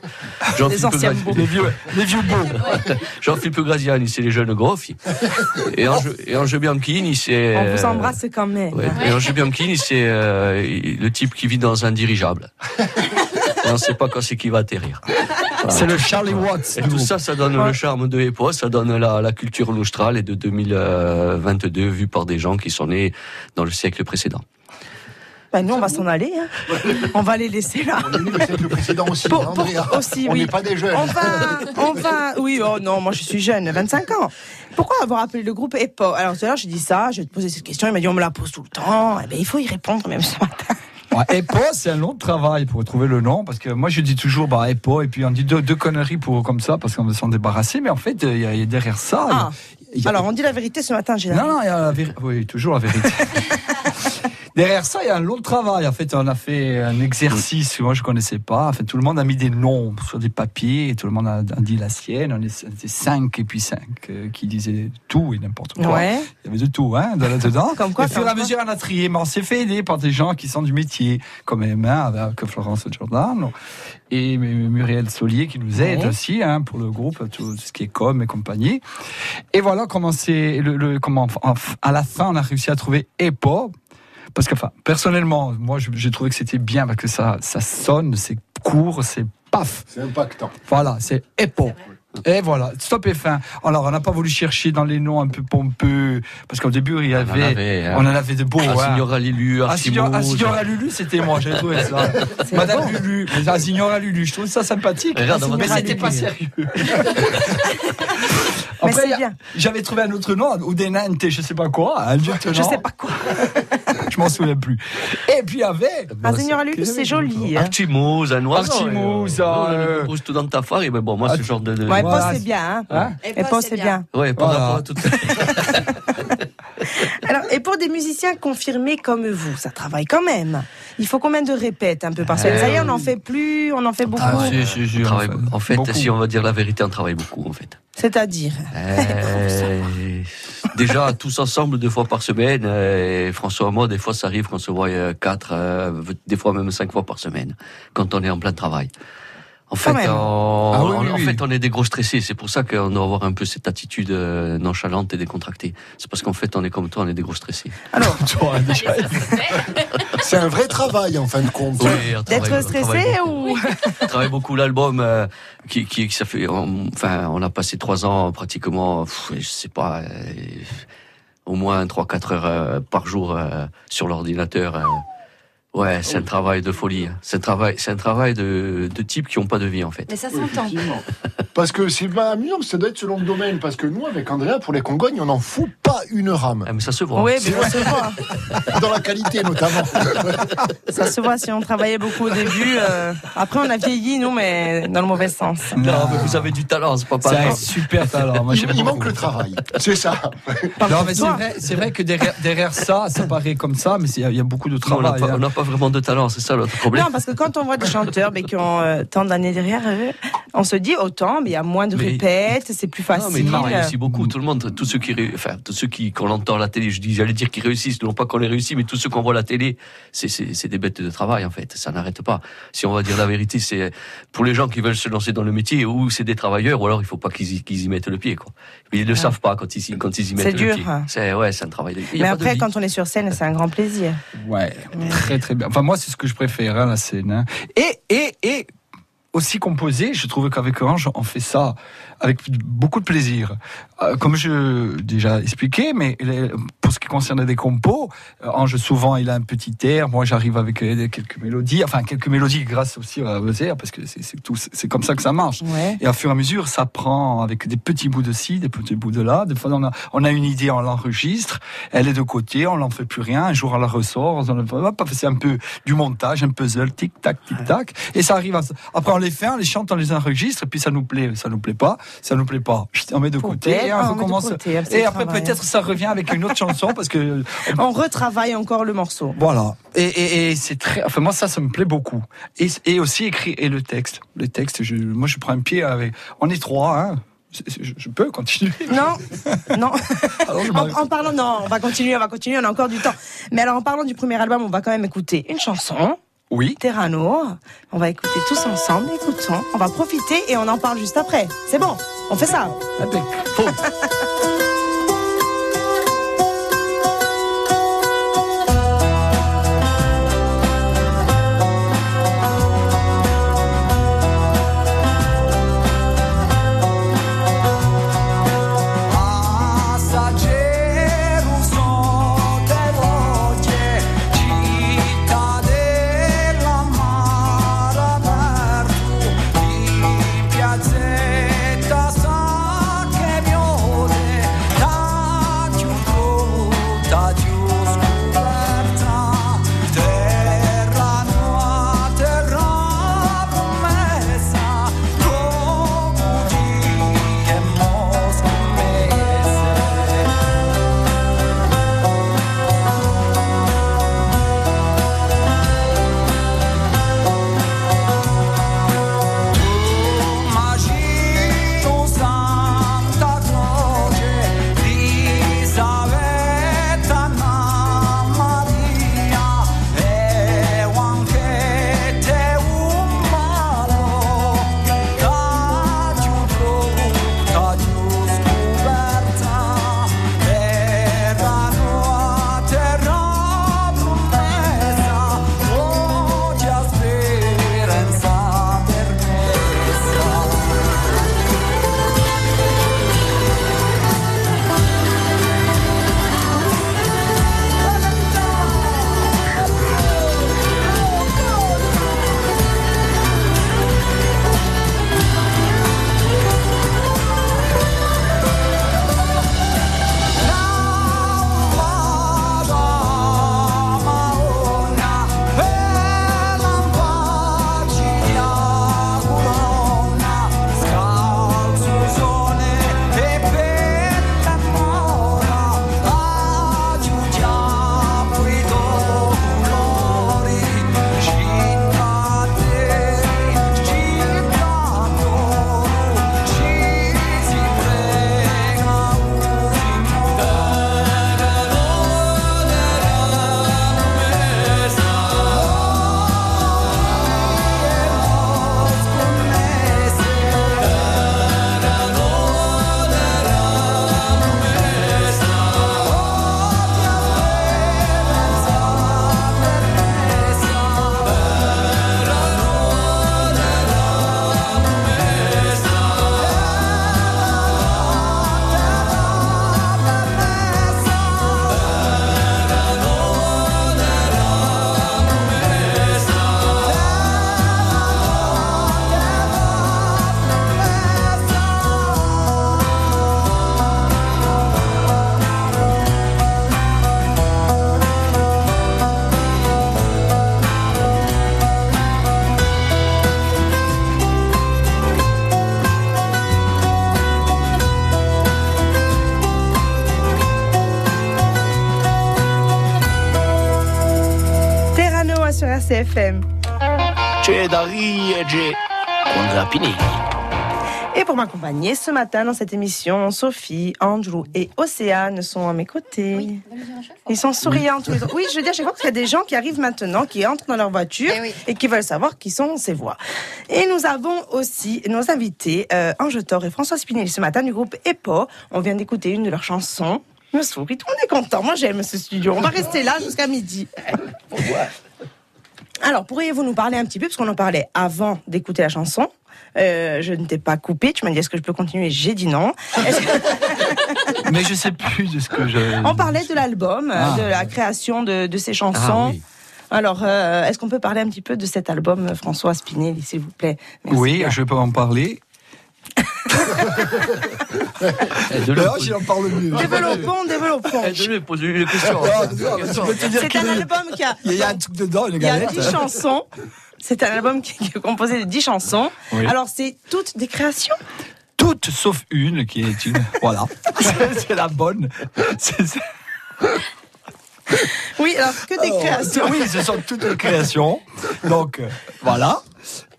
[SPEAKER 9] Jean-Philippe
[SPEAKER 4] anciens
[SPEAKER 9] Gra-
[SPEAKER 4] beaux.
[SPEAKER 2] Les vieux, les vieux beaux.
[SPEAKER 9] Jean-Philippe Graziani, c'est les jeunes grosses. Et Ange, et Ange Bianchini, c'est.
[SPEAKER 4] On vous
[SPEAKER 9] euh,
[SPEAKER 4] embrasse quand même. hein.
[SPEAKER 9] ouais, Et Ange Bianchini, c'est euh, le type qui vit dans un dirigeable. Et on ne sait pas quand c'est qui va atterrir.
[SPEAKER 2] C'est le Charlie Watts.
[SPEAKER 9] Et
[SPEAKER 2] du
[SPEAKER 9] tout
[SPEAKER 2] groupe.
[SPEAKER 9] ça, ça donne le charme de l'époque, ça donne la, la culture nostrale et de 2022 vue par des gens qui sont nés dans le siècle précédent.
[SPEAKER 4] Ben, nous, on va s'en aller. hein. On va les laisser là.
[SPEAKER 5] On est nul, c'est le précédent aussi,
[SPEAKER 4] Pour-
[SPEAKER 5] hein,
[SPEAKER 4] pour-
[SPEAKER 5] Andrea.
[SPEAKER 4] aussi,
[SPEAKER 5] on
[SPEAKER 4] oui.
[SPEAKER 5] n'est pas des jeunes.
[SPEAKER 4] On va, on va. Oui, oh non, moi je suis jeune, 25 ans. Pourquoi avoir appelé le groupe EPO Alors tout à l'heure, j'ai dit ça, je vais te poser cette question. Il m'a dit on me la pose tout le temps. Eh ben, il faut y répondre même ce matin.
[SPEAKER 2] Ouais, EPO, c'est un long travail pour trouver le nom, parce que moi je dis toujours bah, EPO, et puis on dit deux, deux conneries pour, comme ça, parce qu'on veut s'en débarrasser, mais en fait, euh, il y, a- il y a derrière ça. il y a-
[SPEAKER 4] Ah,
[SPEAKER 2] il y a-
[SPEAKER 4] alors on dit la vérité ce matin, j'ai
[SPEAKER 2] Non, non, il y a la vérité. Oui, toujours la vérité. [laughs] Derrière ça, il y a un long travail. En fait, on a fait un exercice que moi je connaissais pas. En fait, tout le monde a mis des noms sur des papiers. Et tout le monde a a dit la sienne. On est- était cinq et puis cinq euh, qui disaient tout et n'importe quoi.
[SPEAKER 4] Ouais.
[SPEAKER 2] Il y avait de tout, hein, de là-dedans.
[SPEAKER 4] [laughs] Comme quoi,
[SPEAKER 2] Et au fur et à
[SPEAKER 4] comme
[SPEAKER 2] mesure, on a trié. Mais on s'est fait aider par des gens qui sont du métier, comme Emma avec Florence Giordano et M- Muriel Solier qui nous aide
[SPEAKER 4] Ouais.
[SPEAKER 2] aussi hein, pour le groupe, tout ce qui est com et compagnie. Et voilà comment c'est, le, le- comment en- en- à la fin, on a réussi à trouver EPO. Parce que, enfin, personnellement, moi, je- j'ai trouvé que c'était bien parce que ça, ça sonne, c'est court, c'est paf.
[SPEAKER 5] C'est impactant.
[SPEAKER 2] Voilà, c'est EPO. Et voilà, stop et fin. Alors, on n'a pas voulu chercher dans les noms un peu pompeux, parce qu'au début, il y
[SPEAKER 9] en
[SPEAKER 2] avait,
[SPEAKER 9] avait, hein.
[SPEAKER 2] on en avait de beaux. hein.
[SPEAKER 9] Assignora Lilu,
[SPEAKER 2] Asignor-
[SPEAKER 9] Archimaude.
[SPEAKER 2] Asignora Lulu, c'était moi, j'avais trouvé
[SPEAKER 9] [laughs]
[SPEAKER 2] ça. Madame Lulu, mais Asignora Lulu, je trouve ça
[SPEAKER 4] Ah,
[SPEAKER 2] sympathique.
[SPEAKER 9] Regarde, on va
[SPEAKER 2] mais
[SPEAKER 9] pas
[SPEAKER 2] c'était
[SPEAKER 9] dire.
[SPEAKER 2] pas sérieux.
[SPEAKER 4] Mais
[SPEAKER 2] Après,
[SPEAKER 4] c'est bien.
[SPEAKER 2] j'avais trouvé un autre nom, ou des nantes, je sais pas quoi, un vieux
[SPEAKER 4] Je
[SPEAKER 2] nom,
[SPEAKER 4] sais pas quoi.
[SPEAKER 2] [laughs] je m'en souviens plus. Et puis avec.
[SPEAKER 4] Ah, Seigneur Lulu, c'est joli. hein.
[SPEAKER 9] Archimose, un oiseau.
[SPEAKER 2] Archimose,
[SPEAKER 9] et, euh,
[SPEAKER 2] euh,
[SPEAKER 9] on le pose tout dans ta farine, mais bon, moi, ce
[SPEAKER 2] Arch-
[SPEAKER 9] genre de. de-
[SPEAKER 4] Ah, Ouais,
[SPEAKER 2] Voilà.
[SPEAKER 4] EPO c'est bien.
[SPEAKER 2] Hein
[SPEAKER 4] Hein. EPO c'est bien.
[SPEAKER 9] Ouais, par
[SPEAKER 2] Voilà.
[SPEAKER 9] rapport à tout ça.
[SPEAKER 4] Alors, et pour des musiciens confirmés comme vous, ça travaille quand même. Il faut combien de répètes un peu par
[SPEAKER 9] Eh
[SPEAKER 4] semaine Ça y est, on n'en fait plus, on en fait beaucoup.
[SPEAKER 2] Ah, si, si,
[SPEAKER 9] On
[SPEAKER 2] si,
[SPEAKER 9] travaille-
[SPEAKER 2] on fait-
[SPEAKER 9] en fait,
[SPEAKER 2] beaucoup.
[SPEAKER 9] si on va dire la vérité, on travaille beaucoup, en fait.
[SPEAKER 4] C'est-à-dire
[SPEAKER 9] Eh.
[SPEAKER 4] [laughs]
[SPEAKER 9] Euh, déjà, tous ensemble, deux fois par semaine. euh, et François et moi, des fois, ça arrive qu'on se voit euh, quatre, euh, des fois même cinq fois par semaine, quand on est en plein travail. En fait,
[SPEAKER 4] même.
[SPEAKER 9] on,
[SPEAKER 2] Ah oui,
[SPEAKER 9] on-
[SPEAKER 2] oui,
[SPEAKER 9] en
[SPEAKER 2] oui.
[SPEAKER 9] fait, on est des gros stressés. C'est pour ça qu'on doit avoir un peu cette attitude euh, nonchalante et décontractée. C'est parce qu'en fait, on est comme toi, on est des gros stressés.
[SPEAKER 2] [laughs]
[SPEAKER 4] Alors,
[SPEAKER 5] C'est un vrai travail, en fin de compte.
[SPEAKER 9] on travaille-
[SPEAKER 4] d'être
[SPEAKER 9] on travaille
[SPEAKER 4] stressé
[SPEAKER 9] beaucoup.
[SPEAKER 4] [laughs] ou
[SPEAKER 9] On travaille beaucoup l'album euh, qui, qui, qui- ça fait on- enfin on a passé trois ans pratiquement pff, je sais pas euh, au moins 3-4 heures euh, par jour euh, sur l'ordinateur. euh. Ouais, c'est un travail de folie. hein. C'est un travail, c'est un travail de, de types qui n'ont pas de vie en fait.
[SPEAKER 6] Mais ça
[SPEAKER 5] Oui,
[SPEAKER 6] s'entend.
[SPEAKER 5] effectivement. Parce que c'est pas amusant, ça doit être selon le domaine. Parce que nous, avec Andrea, pour les Congognes, on n'en fout pas une rame.
[SPEAKER 9] Ah, mais ça se voit.
[SPEAKER 4] Oui, mais on se voit.
[SPEAKER 5] [laughs] Dans la qualité, notamment.
[SPEAKER 4] Ça se voit si on travaillait beaucoup au début. euh, après, on a vieilli, nous, mais dans le mauvais sens.
[SPEAKER 9] Non, mais vous avez du talent, c'est pas
[SPEAKER 8] C'est un
[SPEAKER 9] pareil.
[SPEAKER 8] super
[SPEAKER 9] [laughs]
[SPEAKER 8] talent. Moi, j'aime
[SPEAKER 5] Il
[SPEAKER 8] beaucoup.
[SPEAKER 5] manque le travail. C'est ça.
[SPEAKER 8] Non, mais c'est
[SPEAKER 4] Toi.
[SPEAKER 8] vrai, c'est vrai que derrière, derrière ça, ça paraît comme ça, mais c'est- il y a beaucoup de
[SPEAKER 9] Non, On n'a
[SPEAKER 8] travail.
[SPEAKER 9] pas, on
[SPEAKER 8] hein.
[SPEAKER 9] n'a pas vraiment de talent, c'est ça notre problème.
[SPEAKER 4] Non, parce que quand on voit des chanteurs mais qui ont euh, tant d'années derrière eux, on se dit autant, mais il y a moins de
[SPEAKER 9] Mais-
[SPEAKER 4] répètes, c'est plus
[SPEAKER 9] Non,
[SPEAKER 4] facile.
[SPEAKER 9] mais il travaille aussi beaucoup. Tout le monde, tous ceux qui, ré- enfin, tous ceux qui, qu'on entend à la télé, je dis, j'allais dire qu'ils réussissent, non pas qu'on les réussit, mais tous ceux qu'on voit à la télé, c'est, c'est, c'est des bêtes de travail, en fait. Ça n'arrête pas. Si on va dire la vérité, c'est, pour les gens qui veulent se lancer dans le métier, ou c'est des travailleurs, ou alors il faut pas qu'ils y, qu'ils y mettent le pied, quoi. Mais ils ne le savent pas quand ils, y- quand ils y mettent
[SPEAKER 4] C'est
[SPEAKER 9] le
[SPEAKER 4] dur,
[SPEAKER 9] pied.
[SPEAKER 4] hein.
[SPEAKER 9] C'est, ouais, c'est un travail de, il y
[SPEAKER 4] mais
[SPEAKER 9] a pas de
[SPEAKER 4] après,
[SPEAKER 9] vie.
[SPEAKER 4] quand on est sur scène, c'est un grand plaisir.
[SPEAKER 2] Ouais, très très bien. Enfin, moi, c'est ce que je préfère, hein, la scène. hein. Et, et, et aussi composer, je trouve qu'avec Orange, on fait ça avec beaucoup de plaisir. Euh, comme je l'ai déjà expliqué, mais les- pour ce qui concerne les compos, euh, Ange, souvent, il a un petit air. Moi, j'arrive avec euh, quelques mélodies, enfin, quelques mélodies grâce aussi à vos airs, parce que c'est c'est tout- c'est comme ça que ça marche.
[SPEAKER 4] Ouais.
[SPEAKER 2] Et à fur et à mesure, ça prend avec des petits bouts de ci, des petits bouts de là. Des fois, on a, on a une idée, on l'enregistre, elle est de côté, on n'en fait plus rien. Un jour, on la ressort, on la- hop, c'est un peu du montage, un puzzle, tic tac, tic tac. Et ça arrive. À... Après, on les fait, on les chante, on les enregistre, et puis ça nous plaît, ça nous plaît pas, ça nous plaît pas. Chut, On met de côté, et on recommence. Et après, peut-être, ça revient avec une autre chanson parce que
[SPEAKER 4] On retravaille encore le morceau.
[SPEAKER 2] voilà. Et, et- et c'est très. Enfin, moi, ça, ça me plaît beaucoup. Et, et aussi écrit et le texte. Le texte, je, moi, je prends un pied avec. On est trois, hein. Je, je- je peux continuer.
[SPEAKER 4] Non, non.
[SPEAKER 2] Alors, je
[SPEAKER 4] En,
[SPEAKER 2] m'arrête.
[SPEAKER 4] en parlant, non, on va continuer, on va continuer, on a encore du temps. Mais alors, en parlant du premier album, on va quand même écouter une chanson,
[SPEAKER 2] oui.
[SPEAKER 4] Terrano. On va écouter tous ensemble, écoutons, on va profiter et on en parle juste après. C'est bon, on fait ça. [laughs]
[SPEAKER 1] Passaggero sono te e voce, città della mara vertu, di piazzetta sa che viole, e
[SPEAKER 10] oh,
[SPEAKER 4] RCFM. Et pour m'accompagner ce matin dans cette émission, Sophie, Andrew et Océane sont à mes côtés. Ils sont souriants tous les autres. Oui, je veux dire, je crois qu'il y a des gens qui arrivent maintenant, qui entrent dans leur voiture
[SPEAKER 6] Eh oui.
[SPEAKER 4] et qui veulent savoir qui sont ces voix. Et nous avons aussi nos invités, euh, Ange Thor et François Spinelli, ce matin du groupe EPO. On vient d'écouter une de leurs chansons. Me sourit, on est content. Moi, j'aime ce studio. On va rester là jusqu'à midi. Alors, pourriez-vous nous parler un petit peu, parce qu'on en parlait avant d'écouter la chanson Euh, je ne t'ai pas coupé, tu m'as dit est-ce que je peux continuer J'ai dit
[SPEAKER 2] Euh,
[SPEAKER 4] non. Est-ce que-
[SPEAKER 2] Mais je sais plus de ce que je.
[SPEAKER 4] On parlait de l'album, euh,
[SPEAKER 2] Ah.
[SPEAKER 4] de la création de, de ces chansons.
[SPEAKER 9] Ah oui.
[SPEAKER 4] Alors, euh, est-ce qu'on peut parler un petit peu de cet album, euh, François Spinelli, s'il vous plaît Merci.
[SPEAKER 2] Oui, je peux en parler.
[SPEAKER 9] Eh, De Eh,
[SPEAKER 2] Là, j'y en parle mieux. Ah,
[SPEAKER 4] Développons, développons.
[SPEAKER 9] lui poser une question.
[SPEAKER 2] Tu peux te dire
[SPEAKER 4] C'est
[SPEAKER 2] qu'il
[SPEAKER 4] un
[SPEAKER 2] y a-
[SPEAKER 4] album qui a,
[SPEAKER 2] il y a un truc dedans, une
[SPEAKER 4] il y a
[SPEAKER 2] galette.
[SPEAKER 4] 10 chansons. C'est un album qui qui est composé de 10 chansons.
[SPEAKER 2] Oui.
[SPEAKER 4] Alors, c'est toutes des créations
[SPEAKER 2] Toutes sauf une qui est une. Voilà. C'est c'est la bonne. C'est- c'est-
[SPEAKER 4] Oui, alors que des
[SPEAKER 2] Alors,
[SPEAKER 4] créations.
[SPEAKER 2] Oui, ce sont toutes des créations. Donc, euh, voilà.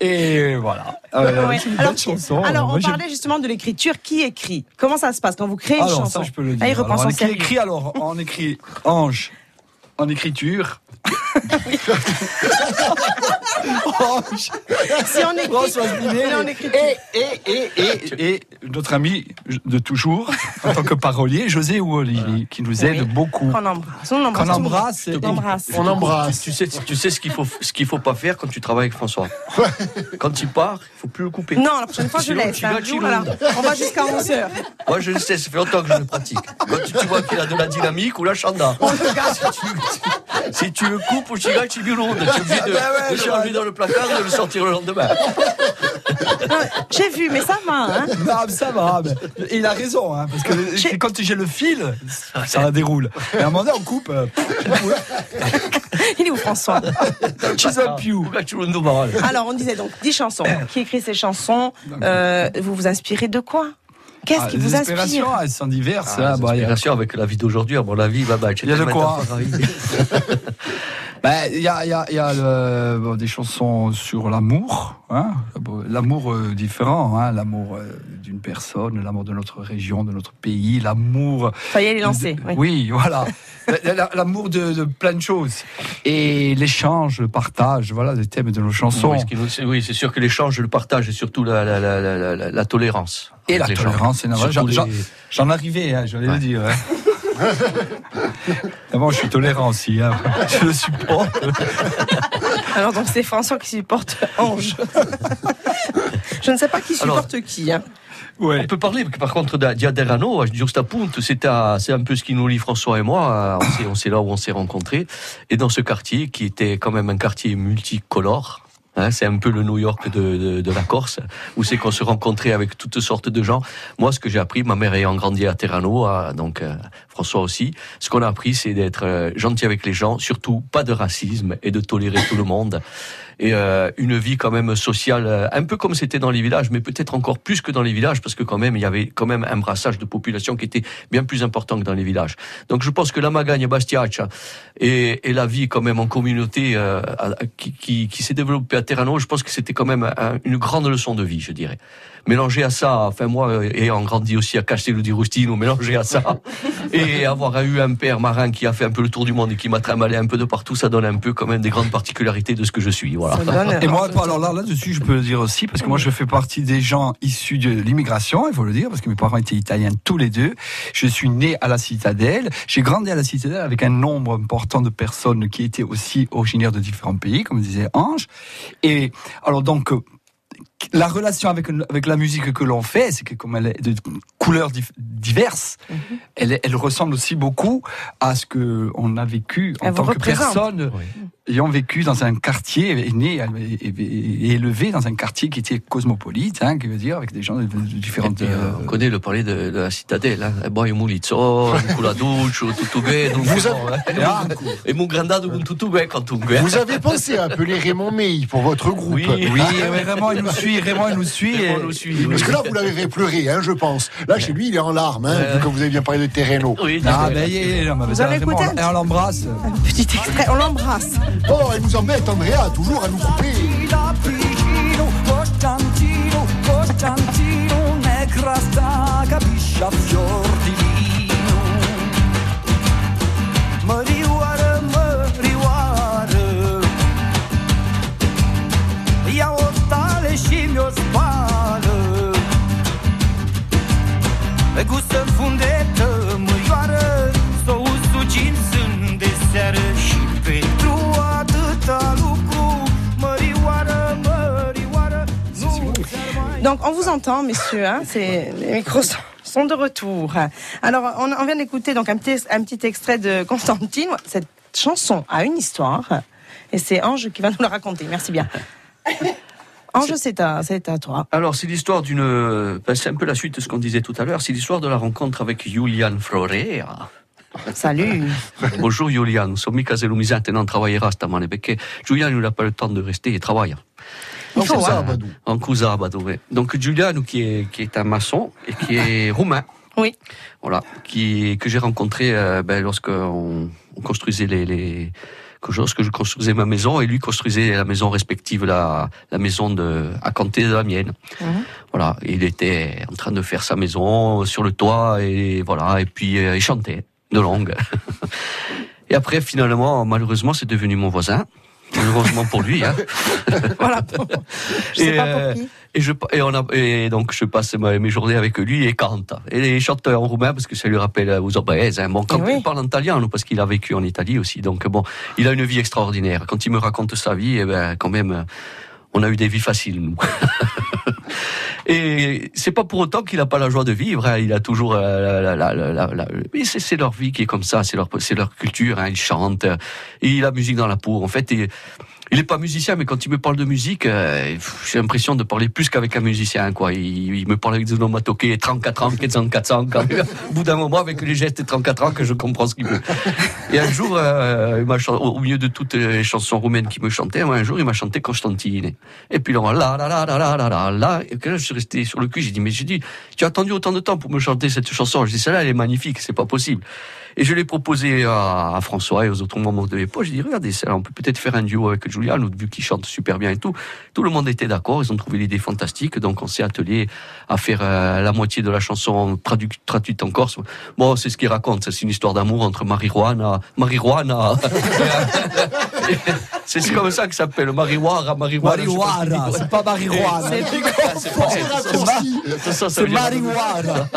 [SPEAKER 2] Et voilà. Euh,
[SPEAKER 4] Ouais.
[SPEAKER 2] c'est une
[SPEAKER 4] Alors,
[SPEAKER 2] bonne chanson. hein.
[SPEAKER 4] alors,
[SPEAKER 2] Moi,
[SPEAKER 4] on
[SPEAKER 2] j'aime
[SPEAKER 4] parlait justement de l'écriture. Qui écrit Comment ça se passe quand vous créez une
[SPEAKER 2] Alors,
[SPEAKER 4] chanson
[SPEAKER 2] Ah ça, je peux le dire.
[SPEAKER 4] Là, il
[SPEAKER 2] Alors,
[SPEAKER 4] reprend son
[SPEAKER 2] on écrit,
[SPEAKER 4] sérieux.
[SPEAKER 2] écrit, alors, on écrit Ange en écriture. [laughs] Ange,
[SPEAKER 4] Si on écrit,
[SPEAKER 2] François Binet.
[SPEAKER 4] Là, on écrit-
[SPEAKER 2] Et, et, et, et, et notre ami de toujours, en tant que parolier, José Ouoli, qui nous aide
[SPEAKER 4] Oui.
[SPEAKER 2] beaucoup.
[SPEAKER 4] qu'on embrasse. On embrasse.
[SPEAKER 2] Qu'on
[SPEAKER 4] tout le monde.
[SPEAKER 2] embrasse. et-
[SPEAKER 4] On embrasse.
[SPEAKER 5] On embrasse.
[SPEAKER 9] Tu sais, tu sais ce qu'il faut, ce qu'il faut pas faire quand tu travailles avec François. Quand il part, il faut plus le couper.
[SPEAKER 4] Non, la prochaine fois, je
[SPEAKER 9] Sinon,
[SPEAKER 4] laisse.
[SPEAKER 9] tu
[SPEAKER 4] hein.
[SPEAKER 9] vas, tu
[SPEAKER 4] Jour,
[SPEAKER 9] l'as.
[SPEAKER 4] alors, on va jusqu'à 11h.
[SPEAKER 9] Moi, je le sais, ça fait longtemps que je le pratique. Quand tu, tu vois qu'il a de la dynamique ou la
[SPEAKER 4] [laughs]
[SPEAKER 9] chanda. Si tu, si tu le coupes au chigal, tu lui rondes. Tu es
[SPEAKER 4] Ah
[SPEAKER 9] obligé de, de
[SPEAKER 4] ben
[SPEAKER 9] le ranger dans le placard et de le sortir le lendemain.
[SPEAKER 4] J'ai vu, mais ça va. Hein.
[SPEAKER 2] [laughs] Non, mais ça va. mais- Et il a raison, hein, parce que
[SPEAKER 4] J'ai-
[SPEAKER 2] quand j'ai le fil, ça déroule. Et à un moment donné, on coupe. euh,
[SPEAKER 4] [laughs] Il est où, François
[SPEAKER 2] She's a pew.
[SPEAKER 9] Ou là, tu le rondes.
[SPEAKER 4] Alors, on disait donc 10 chansons. Qui écrit ces chansons Euh, Vous vous inspirez de quoi Qu'est-ce
[SPEAKER 2] Ah,
[SPEAKER 4] qui
[SPEAKER 2] les
[SPEAKER 4] vous
[SPEAKER 2] inspirations,
[SPEAKER 4] inspire
[SPEAKER 2] elles sont diverses.
[SPEAKER 9] Ah,
[SPEAKER 2] hein, bah, il y a-
[SPEAKER 9] bien sûr, avec la vie d'aujourd'hui, à mon avis, bah, bah,
[SPEAKER 2] Il y a de quoi. Ben, Il y a, il y a- il y a le- bon, des chansons sur l'amour, hein, l'amour euh, différent, hein, l'amour euh, d'une personne, l'amour de notre région, de notre pays, l'amour.
[SPEAKER 4] Ça y est, il est lancé.
[SPEAKER 2] de-
[SPEAKER 4] oui. [laughs]
[SPEAKER 2] voilà. La- la- L'amour de, de plein de choses. Et l'échange, le partage, voilà les thèmes de nos chansons.
[SPEAKER 9] Oui, ce qui nous- oui, c'est sûr que l'échange, le partage et surtout la, la, la, la, la, la tolérance.
[SPEAKER 2] Et la
[SPEAKER 9] L'échange.
[SPEAKER 2] tolérance, c'est normal. J'en
[SPEAKER 9] Surtout
[SPEAKER 2] j'en-
[SPEAKER 9] les-
[SPEAKER 2] j'en arrivais, hein, j'allais
[SPEAKER 9] Ouais.
[SPEAKER 2] le dire.
[SPEAKER 9] [laughs]
[SPEAKER 2] hein. D'abord, je suis tolérant aussi, hein. [laughs] je le supporte.
[SPEAKER 4] Alors, donc, c'est François qui supporte
[SPEAKER 2] [laughs]
[SPEAKER 4] Ange. je ne sais pas qui
[SPEAKER 9] Alors-
[SPEAKER 4] supporte qui. hein.
[SPEAKER 2] Ouais.
[SPEAKER 9] On peut parler, par contre, d'A- d'Aderano, Justa Punt, c'est à- c'est un peu ce qui nous lie François et moi. Euh, On sait, on sait là où on s'est rencontrés. Et dans ce quartier, qui était quand même un quartier multicolore, hein, c'est un peu le New York de, de- de la Corse, où c'est qu'on se rencontrait avec toutes sortes de gens. Moi, ce que j'ai appris, ma mère ayant grandi à Terrano, à- donc euh, François aussi, ce qu'on a appris, c'est d'être euh, gentil avec les gens, surtout pas de racisme et de tolérer tout le monde. Et euh, une vie quand même sociale, euh, un peu comme c'était dans les villages, mais peut-être encore plus que dans les villages, parce que quand même, il y avait quand même un brassage de population qui était bien plus important que dans les villages. Donc je pense que la Magagne, Bastiacha, et, et la vie quand même en communauté euh, à- qui, qui, qui s'est développée à Terrano, je pense que c'était quand même un- une grande leçon de vie, je dirais. Mélangé à ça, enfin moi, euh, ayant grandi aussi à Castello di Rustino, mélangé à
[SPEAKER 5] [laughs]
[SPEAKER 9] ça, et avoir eu un père marin qui a fait un peu le tour du monde et qui m'a trimballé un peu de partout, ça donne un peu quand même des grandes particularités de ce que je suis. Voilà.
[SPEAKER 4] Ça donne-
[SPEAKER 2] Et moi, alors là, là-dessus, je peux le dire aussi, parce que moi, je fais partie des gens issus de l'immigration, il faut le dire, parce que mes parents étaient italiens tous les deux. Je suis né à la Citadelle. J'ai grandi à la Citadelle avec un nombre important de personnes qui étaient aussi originaires de différents pays, comme disait Ange. Et alors, donc, euh, la relation avec, avec la musique que l'on fait, c'est que comme elle est de couleurs dif- diverses,
[SPEAKER 4] Mhm.
[SPEAKER 2] elle, est- elle ressemble aussi beaucoup à ce que on a vécu en
[SPEAKER 4] Elle vous
[SPEAKER 2] tant que
[SPEAKER 4] représente.
[SPEAKER 2] personne ayant vécu dans un quartier, et né et, et- et élevé dans un quartier qui était cosmopolite, hein, qui veut dire avec des gens de, de différentes.
[SPEAKER 9] Et puis, euh,
[SPEAKER 2] euh,
[SPEAKER 9] on connaît le palais de, de la citadelle, hein. Boy Mulizzo, Nicola Duccio, Tutughe,
[SPEAKER 5] [laughs]
[SPEAKER 9] donc
[SPEAKER 5] Vous
[SPEAKER 9] bon, hein. Et mon grandad un Tutughe quand on gueule.
[SPEAKER 5] Vous avez pensé à appeler Raymond May pour votre groupe
[SPEAKER 9] Oui.
[SPEAKER 2] oui, Raymond, il nous suit, Raymond, il nous suit.
[SPEAKER 9] Et
[SPEAKER 2] et-
[SPEAKER 9] on nous suit, oui.
[SPEAKER 5] Parce que là, vous l'avez fait pleurer, hein, je pense. Là, chez lui, il est en larmes, hein, vu que vous avez bien parlé de terreno.
[SPEAKER 9] Oui,
[SPEAKER 2] Ah, ben, il est là, mais ça,
[SPEAKER 4] avez
[SPEAKER 2] vraiment,
[SPEAKER 4] écouté
[SPEAKER 2] Et on l'embrasse.
[SPEAKER 4] Un petit extrait, on l'embrasse.
[SPEAKER 5] Oh, elle nous embête, Andrea, toujours à nous couper.
[SPEAKER 1] Gustă fundetă, mâioară Sau sucin sunt de seară Și pentru atâta lucru Mărioară, mărioară Nu
[SPEAKER 4] Donc on vous entend, messieurs, hein, c'est- les micros sont- sont de retour. Alors on, on vient d'écouter donc un petit, un petit extrait de Constantine. Cette chanson a une histoire et c'est Ange qui va nous la raconter. Merci
[SPEAKER 9] [laughs]
[SPEAKER 4] bien. Ange, c'est à, c'est à toi.
[SPEAKER 9] [laughs] Alors, c'est l'histoire d'une. ben, c'est un peu la suite de ce qu'on disait tout à l'heure. C'est l'histoire de la rencontre avec Julian Florea.
[SPEAKER 4] Salut.
[SPEAKER 9] Bonjour Julian, sommes mica se lumisate, non travaillera stamane, perché Julian il n'a pas le temps de rester, il travaille.
[SPEAKER 5] Non, c'est
[SPEAKER 4] faut,
[SPEAKER 5] ça,
[SPEAKER 9] hein.
[SPEAKER 5] Badou.
[SPEAKER 9] En cousin, bah, donc, ouais. Donc Julian, qui est, qui est un maçon et qui
[SPEAKER 5] Ah.
[SPEAKER 9] est roumain,
[SPEAKER 4] Oui.
[SPEAKER 9] voilà, qui, que j'ai rencontré euh, ben, lorsque on, on construisait les... les que je, lorsque je construisais ma maison et lui construisait la maison respective, la, la maison de, à Canté de la mienne.
[SPEAKER 5] Mhm.
[SPEAKER 9] Voilà, il était en train de faire sa maison sur le toit et voilà, et puis euh, il chantait de langue. [laughs] Et après, finalement, malheureusement, c'est devenu mon voisin. Malheureusement pour lui.
[SPEAKER 5] [laughs]
[SPEAKER 9] Hein. [laughs]
[SPEAKER 4] Voilà. bon. Je sais
[SPEAKER 9] Et,
[SPEAKER 4] pas pour
[SPEAKER 9] euh,
[SPEAKER 4] qui.
[SPEAKER 9] Et, je, et, on a, et donc, je passe ma- mes journées avec lui et Kant. Et les chanteurs roumains, parce que ça lui rappelle aux Orbaez. Hein. Bon, Kant,
[SPEAKER 4] Eh oui.
[SPEAKER 9] il parle en italien, nous, parce qu'il a vécu en Italie aussi. Donc, bon, il a une vie extraordinaire. Quand il me raconte sa vie, eh ben, quand même, euh, on a eu des vies faciles, nous. [laughs] Et c'est pas pour autant qu'il a pas la joie de vivre. hein. Il a toujours euh, la, la, la, la- la- mais c'est, c'est leur vie qui est comme ça. C'est leur c'est leur culture. Hein. Ils chantent. euh, et il a musique dans la peau. En fait, il, il est pas musicien, mais quand il me parle de musique, euh, pff, j'ai l'impression de parler plus qu'avec un musicien. Quoi. Il, il me parle avec des onomatopées, 34 ans, 400, 400. Quand, au bout d'un moment, avec les gestes 34 ans, que je comprends ce qu'il veut. Et un jour, euh, il m'a chan- au au milieu de toutes les chansons roumaines qu'il me chantait, un jour, il m'a chanté Constantine. Et puis là, on va là, là, là, là, là, là, là, là. Et que là, je suis resté sur le cul. J'ai dit, mais j'ai dit, tu as attendu autant de temps pour me chanter cette chanson. Je dis, celle-là, elle est magnifique, c'est pas possible. Et je l'ai proposé à, à François et aux autres membres de l'époque. J'ai dit, regardez, celle-là, on peut peut-être faire un duo avec Julian, vu qu'il chante super bien et tout. Tout le monde était d'accord. Ils ont trouvé l'idée fantastique. Donc, on s'est attelé à faire euh, la moitié de la chanson traduc- traduite en corse. Bon, c'est ce qu'il raconte. ça, C'est une histoire d'amour entre marijuana,
[SPEAKER 2] [laughs]
[SPEAKER 9] marijuana. c'est c'est comme ça que ça s'appelle, marijuana, marijuana. je sais pas ce qu'il dit.
[SPEAKER 2] Marihuana, c'est pas marijuana.
[SPEAKER 5] C'est raccourci.
[SPEAKER 9] Ça, ça, ça
[SPEAKER 2] C'est
[SPEAKER 9] veut dire- [laughs]
[SPEAKER 2] marijuana.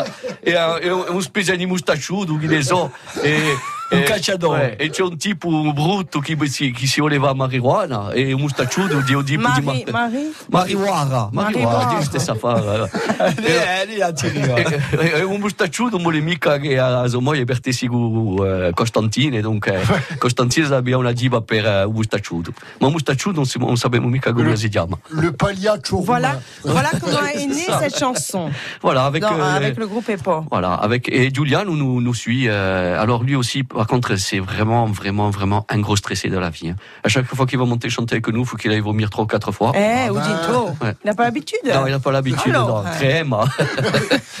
[SPEAKER 9] e, a- e un spezzani mustacciuto, che ne so. E,
[SPEAKER 2] Un
[SPEAKER 9] e-
[SPEAKER 2] cacciatore.
[SPEAKER 9] eh, E c'è un tipo brutto che si, che si voleva a marijuana e un mustacciuto di un tipo
[SPEAKER 4] Marie,
[SPEAKER 9] di ma-
[SPEAKER 4] Marie,
[SPEAKER 2] Marihuana.
[SPEAKER 9] marijuana,
[SPEAKER 4] Marijuana.
[SPEAKER 9] di stessa fara.
[SPEAKER 2] Elle est-
[SPEAKER 9] É,
[SPEAKER 2] elle est attirée.
[SPEAKER 9] E, e- e un mustacciuto non vuole mica che é a sua moglie partisse con eh, Costantine, dunque eh, Costantine abbia una diva per eh, un mustacciuto. Ma un mustacciuto non, si- non sappiamo mica come si chiama.
[SPEAKER 5] Le pagliaccio roumain.
[SPEAKER 4] voilà, voilà comment est née cette chanson
[SPEAKER 9] Voilà, avec,
[SPEAKER 4] dans-
[SPEAKER 9] eh,
[SPEAKER 4] avec le
[SPEAKER 9] [laughs]
[SPEAKER 4] groupe EPO.
[SPEAKER 9] Voilà, avec et Julian nous nous, nous suit. euh, alors lui aussi, par contre, c'est vraiment vraiment vraiment un gros stressé de la vie. hein. À chaque fois qu'il va monter chanter avec nous, faut qu'il aille vomir trois ou quatre fois.
[SPEAKER 4] Eh, ou
[SPEAKER 5] ben.
[SPEAKER 4] Udito,
[SPEAKER 9] Ouais.
[SPEAKER 4] il n'a pas l'habitude.
[SPEAKER 9] Non, il n'a pas l'habitude.
[SPEAKER 4] Alors,
[SPEAKER 9] Non,
[SPEAKER 4] euh,
[SPEAKER 9] crème.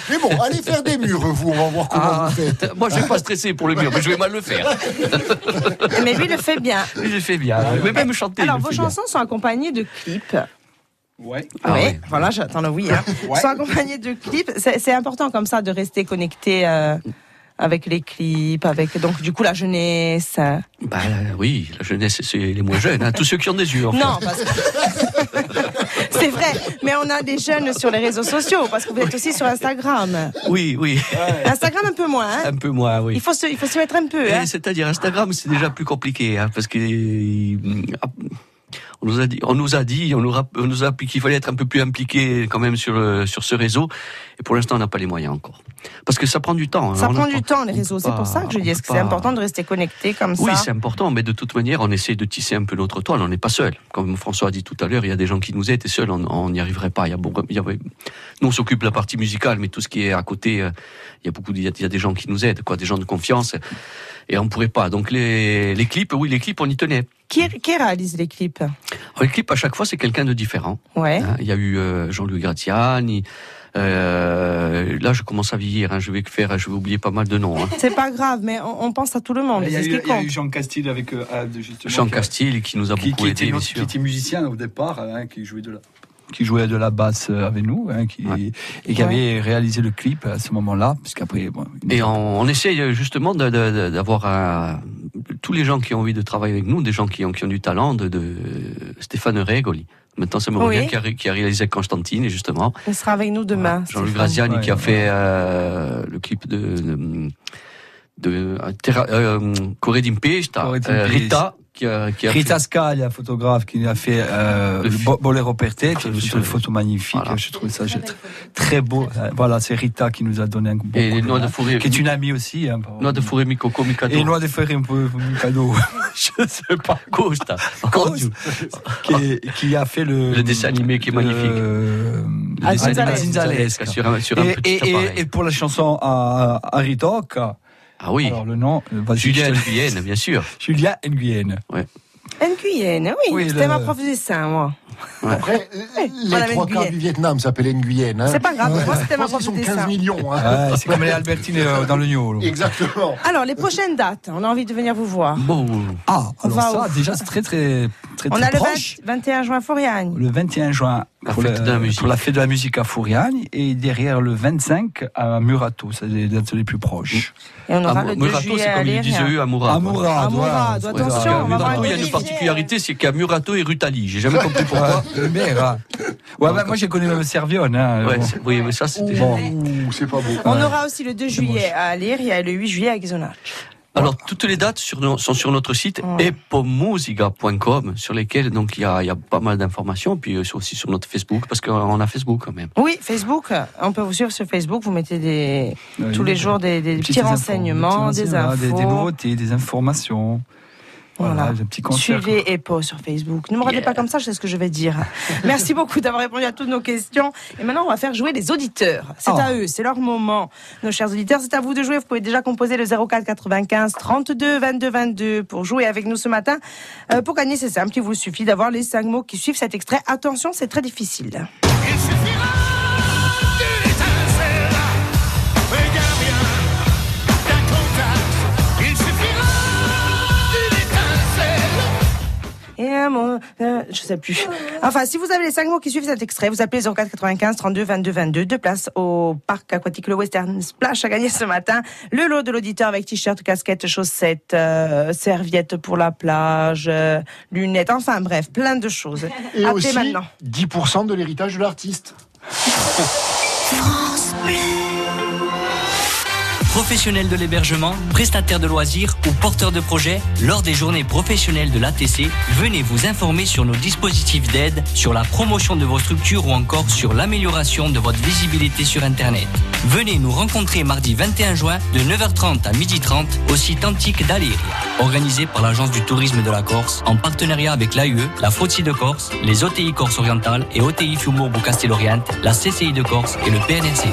[SPEAKER 5] Mais bon, allez faire des murs, vous, on va voir comment
[SPEAKER 9] Ah,
[SPEAKER 5] vous
[SPEAKER 9] [laughs]
[SPEAKER 5] faites.
[SPEAKER 9] moi, je vais pas stresser pour le mur, mais je vais mal le faire.
[SPEAKER 4] [laughs] Mais lui, il le fait bien.
[SPEAKER 9] Lui, il fait bien. Mais même chanter. il
[SPEAKER 4] Alors,
[SPEAKER 9] le
[SPEAKER 4] vos
[SPEAKER 9] fait bien.
[SPEAKER 4] chansons sont accompagnées de clips.
[SPEAKER 2] Ouais.
[SPEAKER 9] Ah
[SPEAKER 4] oui,
[SPEAKER 9] ouais.
[SPEAKER 4] voilà, j'attends le
[SPEAKER 2] [laughs]
[SPEAKER 4] oui. Hein. Sont accompagnés de clips. C'est c'est important comme ça de rester connecté euh, avec les clips, avec donc du coup la jeunesse. hein.
[SPEAKER 9] Bah, euh, oui, la jeunesse, c'est les moins jeunes. hein. Tous ceux qui ont des yeux. en
[SPEAKER 4] Non,
[SPEAKER 9] [laughs]
[SPEAKER 4] parce que c'est vrai. Mais on a des jeunes sur les réseaux sociaux parce que vous êtes aussi sur Instagram.
[SPEAKER 9] fait. Oui, oui.
[SPEAKER 4] Instagram un peu moins. hein.
[SPEAKER 9] [laughs] Un peu moins, oui.
[SPEAKER 4] Il faut se, il faut s'y mettre un peu.
[SPEAKER 9] Eh,
[SPEAKER 4] hein.
[SPEAKER 9] C'est-à-dire Instagram, c'est déjà plus compliqué, hein, parce que euh, on nous a dit, on nous a dit, on nous, rap- on nous a appris qu'il fallait être un peu plus impliqué quand même sur euh, sur ce réseau. Et pour l'instant, on n'a pas les moyens encore, parce que ça prend du temps. hein,
[SPEAKER 4] Ça
[SPEAKER 9] on
[SPEAKER 4] prend
[SPEAKER 9] n'a
[SPEAKER 4] du
[SPEAKER 9] pas-
[SPEAKER 4] temps les
[SPEAKER 9] on
[SPEAKER 4] réseaux.
[SPEAKER 9] peut
[SPEAKER 4] C'est
[SPEAKER 9] pas-
[SPEAKER 4] pour ça que je
[SPEAKER 9] on
[SPEAKER 4] dis
[SPEAKER 9] peut
[SPEAKER 4] que c'est
[SPEAKER 9] pas-
[SPEAKER 4] important de rester connecté comme
[SPEAKER 9] oui, c'est
[SPEAKER 4] ça.
[SPEAKER 9] important, mais de toute manière, on essaie de tisser un peu notre toile. On n'est pas seul. Comme François a dit tout à l'heure, il y a des gens qui nous aident et seuls, on- on n'y arriverait pas. Il y a beaucoup, il y avait- nous, on s'occupe de la partie musicale, mais tout ce qui est à côté, euh, il y a beaucoup, de- il y a, il y a des gens qui nous aident, quoi, des gens de confiance. Et on pourrait pas. Donc les, les clips, oui, les clips, on y tenait.
[SPEAKER 4] Qui, qui réalise les clips
[SPEAKER 9] Alors, les clips, à chaque fois, c'est quelqu'un de différent.
[SPEAKER 4] Ouais.
[SPEAKER 9] hein. Il y a eu euh, Jean-Louis Gratiani, Euh, là, je commence à vieillir. hein, je vais faire, je vais oublier pas mal de noms.
[SPEAKER 2] [laughs]
[SPEAKER 9] hein.
[SPEAKER 4] C'est pas grave, mais on, on pense à tout le monde.
[SPEAKER 2] Il y, a
[SPEAKER 4] C'est ce
[SPEAKER 2] eu-
[SPEAKER 4] qui
[SPEAKER 2] il y a
[SPEAKER 4] compte.
[SPEAKER 2] eu Jean Castille avec euh, Ad, justement,
[SPEAKER 9] Jean
[SPEAKER 2] qui-
[SPEAKER 9] Castille qui nous a
[SPEAKER 2] qui,
[SPEAKER 9] beaucoup
[SPEAKER 2] qui
[SPEAKER 9] aidé,
[SPEAKER 2] était
[SPEAKER 9] bien
[SPEAKER 2] notre- qui
[SPEAKER 9] sûr.
[SPEAKER 2] était musicien au départ, hein, qui jouait de la qui jouait de la basse euh, avec nous, hein, qui,
[SPEAKER 9] Ouais.
[SPEAKER 2] et qui
[SPEAKER 4] Ouais.
[SPEAKER 2] avait réalisé le clip à ce moment-là, puisqu'après, bon, une-
[SPEAKER 9] Et on, on essaye euh, justement de- de- d'avoir un- tous les gens qui ont envie de travailler avec nous, des gens qui ont, qui ont du talent, de, de Stéphane Regoli. Maintenant, ça me
[SPEAKER 4] Oui.
[SPEAKER 9] revient, qui, a, ré- qui a réalisé Constantine, justement.
[SPEAKER 4] Il sera avec nous
[SPEAKER 9] Voilà.
[SPEAKER 4] demain.
[SPEAKER 9] Jean-Luc
[SPEAKER 4] Stéphane.
[SPEAKER 9] Graziani
[SPEAKER 2] Ouais,
[SPEAKER 9] qui a
[SPEAKER 2] ouais.
[SPEAKER 9] fait euh, le clip de, de, de euh, Terra- euh, Corée d'Impesta,
[SPEAKER 2] Corée
[SPEAKER 9] euh,
[SPEAKER 2] d'Impesta.
[SPEAKER 9] Rita, qui a, qui a
[SPEAKER 2] Rita
[SPEAKER 9] fait-
[SPEAKER 2] Scalia, la photographe, qui a fait euh,
[SPEAKER 9] Le
[SPEAKER 2] le
[SPEAKER 9] fi-
[SPEAKER 2] bo- Bolero per te,
[SPEAKER 9] Très
[SPEAKER 2] une
[SPEAKER 9] sur-
[SPEAKER 2] photo magnifique,
[SPEAKER 9] Voilà.
[SPEAKER 2] je trouve ça
[SPEAKER 7] Très
[SPEAKER 2] je-
[SPEAKER 7] belle
[SPEAKER 2] très,
[SPEAKER 7] photo.
[SPEAKER 2] beau. Euh, Voilà, c'est Rita qui nous a donné un bon coup
[SPEAKER 9] et
[SPEAKER 2] de
[SPEAKER 9] Noix
[SPEAKER 2] main,
[SPEAKER 9] de Forêt,
[SPEAKER 2] qui est une amie aussi. hein, par-
[SPEAKER 9] Noix de Forêt Mikoko Mikado.
[SPEAKER 2] Et Noix de Forêt, un peu un
[SPEAKER 9] [laughs]
[SPEAKER 2] cadeau, je sais pas.
[SPEAKER 9] Costa.
[SPEAKER 2] Costa. qui, est- qui a fait le,
[SPEAKER 9] Le dessin animé qui est magnifique.
[SPEAKER 2] euh,
[SPEAKER 4] Ah,
[SPEAKER 2] le dessin animé
[SPEAKER 4] Zinzales.
[SPEAKER 2] Zinzales,
[SPEAKER 9] Sur un, sur un
[SPEAKER 2] et,
[SPEAKER 9] petit
[SPEAKER 2] et, et-
[SPEAKER 9] appareil.
[SPEAKER 2] et pour la chanson à, à Ritoc,
[SPEAKER 9] ah oui,
[SPEAKER 2] alors le nom, euh, vas-y,
[SPEAKER 9] Julien
[SPEAKER 2] je te-
[SPEAKER 9] Guyenne, bien sûr.
[SPEAKER 2] Julia Nguyen.
[SPEAKER 4] Nguyen, eh oui,
[SPEAKER 2] Oui,
[SPEAKER 4] c'était
[SPEAKER 2] le-
[SPEAKER 4] ma prof de dessin, moi. [laughs]
[SPEAKER 5] Après,
[SPEAKER 4] voilà,
[SPEAKER 5] les trois quarts
[SPEAKER 4] Nguyen.
[SPEAKER 5] du Vietnam s'appellent Nguyen. hein.
[SPEAKER 4] C'est pas grave,
[SPEAKER 5] Ouais.
[SPEAKER 4] moi, c'était
[SPEAKER 5] Je
[SPEAKER 4] ma
[SPEAKER 5] pense qu'ils
[SPEAKER 4] prof
[SPEAKER 5] sont
[SPEAKER 4] de
[SPEAKER 5] 15
[SPEAKER 4] dessin.
[SPEAKER 5] millions. hein.
[SPEAKER 2] Ouais, c'est comme les Albertines euh, dans le New.
[SPEAKER 5] Exactement.
[SPEAKER 4] Alors, les prochaines dates, on a envie de venir vous voir.
[SPEAKER 9] Bon,
[SPEAKER 2] Ah, alors
[SPEAKER 4] va
[SPEAKER 2] ça,
[SPEAKER 4] au-
[SPEAKER 2] déjà, c'est très, très, très,
[SPEAKER 4] On
[SPEAKER 2] très
[SPEAKER 4] a le
[SPEAKER 2] proche.
[SPEAKER 4] 20 21 juin à Foriane.
[SPEAKER 2] Le 21 juin
[SPEAKER 9] La
[SPEAKER 2] pour,
[SPEAKER 9] fête
[SPEAKER 2] le-
[SPEAKER 9] de la musique.
[SPEAKER 2] pour la fête de la musique à Fouriagne et derrière le 25 à Murato, c'est les dates les plus proches.
[SPEAKER 4] Et on aura
[SPEAKER 9] Amou-
[SPEAKER 4] le 2
[SPEAKER 9] Murato,
[SPEAKER 4] juillet
[SPEAKER 9] c'est
[SPEAKER 4] à
[SPEAKER 9] comme ils disent
[SPEAKER 4] Lérien.
[SPEAKER 9] eux, Amoura.
[SPEAKER 2] À Mourad,
[SPEAKER 4] À Mourad,
[SPEAKER 2] voilà.
[SPEAKER 4] attention,
[SPEAKER 2] Voilà.
[SPEAKER 4] on va voir
[SPEAKER 9] Murato,
[SPEAKER 4] une
[SPEAKER 9] il y a une
[SPEAKER 4] rivière.
[SPEAKER 9] particularité, c'est qu'il y a Murato et Rutali. J'ai jamais compris pourquoi.
[SPEAKER 2] [laughs] Ouais, merde.
[SPEAKER 9] [laughs]
[SPEAKER 2] Ouais, bah, moi j'ai connu même Servione. hein.
[SPEAKER 9] Ouais, c'est- oui, mais ça, c'était.
[SPEAKER 2] Bon.
[SPEAKER 5] Ouh, c'est pas beau.
[SPEAKER 4] On
[SPEAKER 2] Ouais.
[SPEAKER 4] aura aussi le 2 juillet à Léria et le 8 juillet à Guizonard.
[SPEAKER 9] Alors, toutes les dates sur nos- sont sur notre site
[SPEAKER 4] Ouais.
[SPEAKER 9] epomusica.com, sur lesquels donc il y a, il y a pas mal d'informations, puis euh, sur- aussi sur notre Facebook, parce qu'on a Facebook quand même.
[SPEAKER 4] Oui, Facebook, on peut vous suivre sur Facebook, vous mettez des,
[SPEAKER 2] Ouais,
[SPEAKER 4] tous les jours des, des
[SPEAKER 2] petites
[SPEAKER 4] petits
[SPEAKER 2] infos,
[SPEAKER 4] renseignements,
[SPEAKER 2] petits
[SPEAKER 4] des
[SPEAKER 2] renseignements,
[SPEAKER 4] infos.
[SPEAKER 2] Des, des nouveautés, des informations. Voilà,
[SPEAKER 4] Voilà.
[SPEAKER 2] des petits concerts.
[SPEAKER 4] Suivez EPO sur Facebook. Ne me regardez pas comme ça, je sais ce que je vais dire. Merci beaucoup d'avoir répondu à toutes nos questions. Et maintenant, on va faire jouer les auditeurs. C'est
[SPEAKER 2] Ah.
[SPEAKER 4] à eux, c'est leur moment. Nos chers auditeurs, c'est à vous de jouer. Vous pouvez déjà composer le 04 95 32 22 22 pour jouer avec nous ce matin. Euh, pour gagner, c'est simple. Il vous suffit d'avoir les cinq mots qui suivent cet extrait. Attention, c'est très difficile. Et un mot, euh, je sais plus. Enfin, si vous avez les cinq mots qui suivent cet extrait, vous appelez 04 95 32 22 22. Deux places au parc aquatique Le Western Splash à gagner ce matin. Le lot de l'auditeur avec t-shirt, casquette, chaussettes, euh, serviettes pour la plage, euh, lunettes. Enfin, bref, plein de choses.
[SPEAKER 5] Et
[SPEAKER 4] Appelez
[SPEAKER 5] aussi,
[SPEAKER 4] maintenant.
[SPEAKER 5] 10% de l'héritage
[SPEAKER 4] [laughs]
[SPEAKER 5] de l'artiste.
[SPEAKER 10] Professionnels de l'hébergement, prestataires de loisirs ou porteurs de projets, lors des journées professionnelles de l'ATC, venez vous informer sur nos dispositifs d'aide, sur la promotion de vos structures ou encore sur l'amélioration de votre visibilité sur Internet. Venez nous rencontrer mardi 21 juin de 9h30 à 12h30 au site antique d'Aléria, organisé par l'Agence du tourisme de la Corse en partenariat avec l'AUE, la FOTSI de Corse, les OTI Corse Orientale et OTI Fiumourg-Castel-Oriente, la CCI de Corse et le PNRC.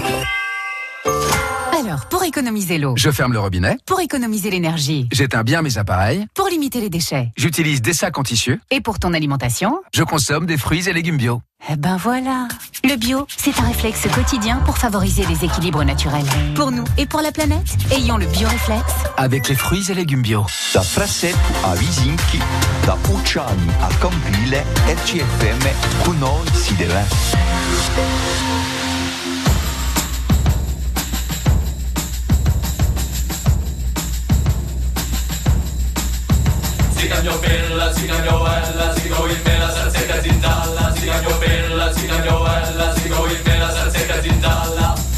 [SPEAKER 1] Alors, pour économiser l'eau,
[SPEAKER 8] Je ferme le robinet,
[SPEAKER 1] pour économiser l'énergie,
[SPEAKER 8] j'éteins bien mes appareils,
[SPEAKER 1] pour limiter les déchets
[SPEAKER 8] j'utilise des sacs en tissu,
[SPEAKER 1] et pour ton alimentation,
[SPEAKER 8] je consomme des fruits et légumes bio.
[SPEAKER 1] eh ben voilà. Le bio, c'est un réflexe quotidien pour favoriser les équilibres naturels. Pour nous et pour la planète, ayons le bio-réflexe.
[SPEAKER 8] Avec les fruits et légumes bio.
[SPEAKER 3] Da Frassetto a Visinchi, da Ucciani a Campile, RCFM, con noi si deve.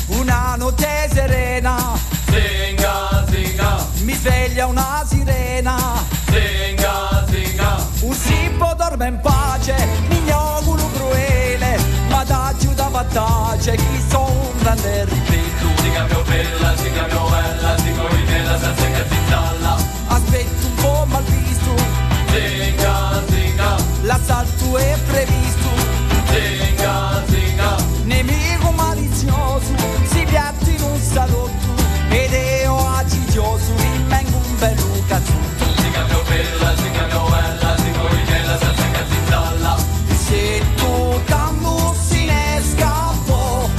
[SPEAKER 10] Una notte serena Zinga, zinga Mi sveglia una sirena Zinga, zinga Un sippo dorme in pace Mi auguro cruele Ma da giù da battace Chi sono un grande ripeto Zinga mio bella, zinga mio bella Zinga mi bella senza che zittalla Aspetto un po' mal visto Zinga, zinga L'assalto è previsto Zinga, zinga Nemico malizioso Si piatti in un salotto Ed io agitioso Mi vengo un bello cazzotto Zinga mio bella, zinga mio bella Zinga mi bella senza che zittalla Se tu t'ammussinesca un po'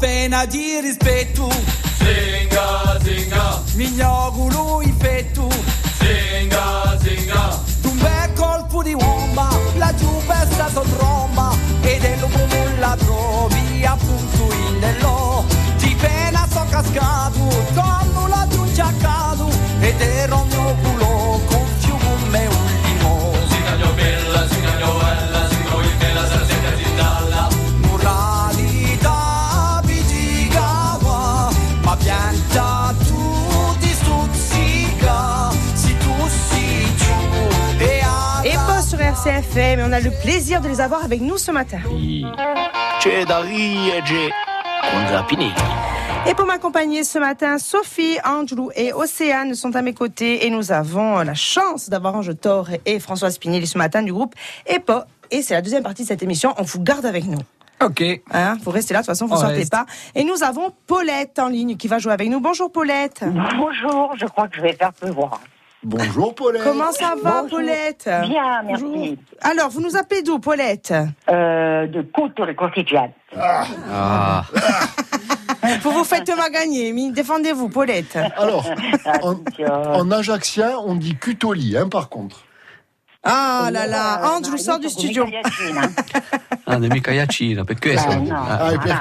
[SPEAKER 10] piena di rispetto. Zinga, zinga. Mi inauguro il fetto. Zinga, zinga. D'un bel colpo di bomba, la giupessa tromba ed è lo come la trovi appunto in dello. Di pena so cascato, torno la giù giaccato ed ero un mio culo con fiume ultimo. Signaglio bella, signaglio bella, signaglio bella, sarà zitalla. Moralità vigigawa, ma pianta tu di stuzzica, si tu si giù e a...
[SPEAKER 4] Et poste sur RCFM, et on a le plaisir de les avoir avec nous ce matin.
[SPEAKER 11] C'è da riege con Zappini.
[SPEAKER 4] Et pour m'accompagner ce matin, Sophie, Angelou et Océane sont à mes côtés et nous avons la chance d'avoir Ange Thor et François Spinelli ce matin du groupe EPO. Et c'est la deuxième partie de cette émission, on vous garde avec nous.
[SPEAKER 2] Ok.
[SPEAKER 4] Hein, vous restez là, de toute façon, vous ne
[SPEAKER 2] On
[SPEAKER 4] sortez
[SPEAKER 2] reste.
[SPEAKER 4] pas. Et nous avons Paulette en ligne qui va jouer avec nous. Bonjour Paulette.
[SPEAKER 12] Bonjour, je crois que je vais faire pleuvoir.
[SPEAKER 5] Bonjour Paulette.
[SPEAKER 4] Comment ça va
[SPEAKER 12] Bonjour.
[SPEAKER 4] Paulette
[SPEAKER 12] Bien, merci.
[SPEAKER 4] Bonjour. Alors, vous nous appelez d'où Paulette
[SPEAKER 12] Euh, De côte réconciliable.
[SPEAKER 9] Ah.
[SPEAKER 4] Vous vous faites mal gagner, mais défendez-vous Paulette.
[SPEAKER 5] Alors, en, en ajaxien, on dit cutoli, hein, par contre.
[SPEAKER 4] Ah là là, Ange, je vous sors du
[SPEAKER 12] Sono
[SPEAKER 4] studio.
[SPEAKER 12] micagliacina.
[SPEAKER 9] Ah, ne mi cagliacina, per questo.
[SPEAKER 12] Eh, no,
[SPEAKER 9] Ah.
[SPEAKER 12] voilà.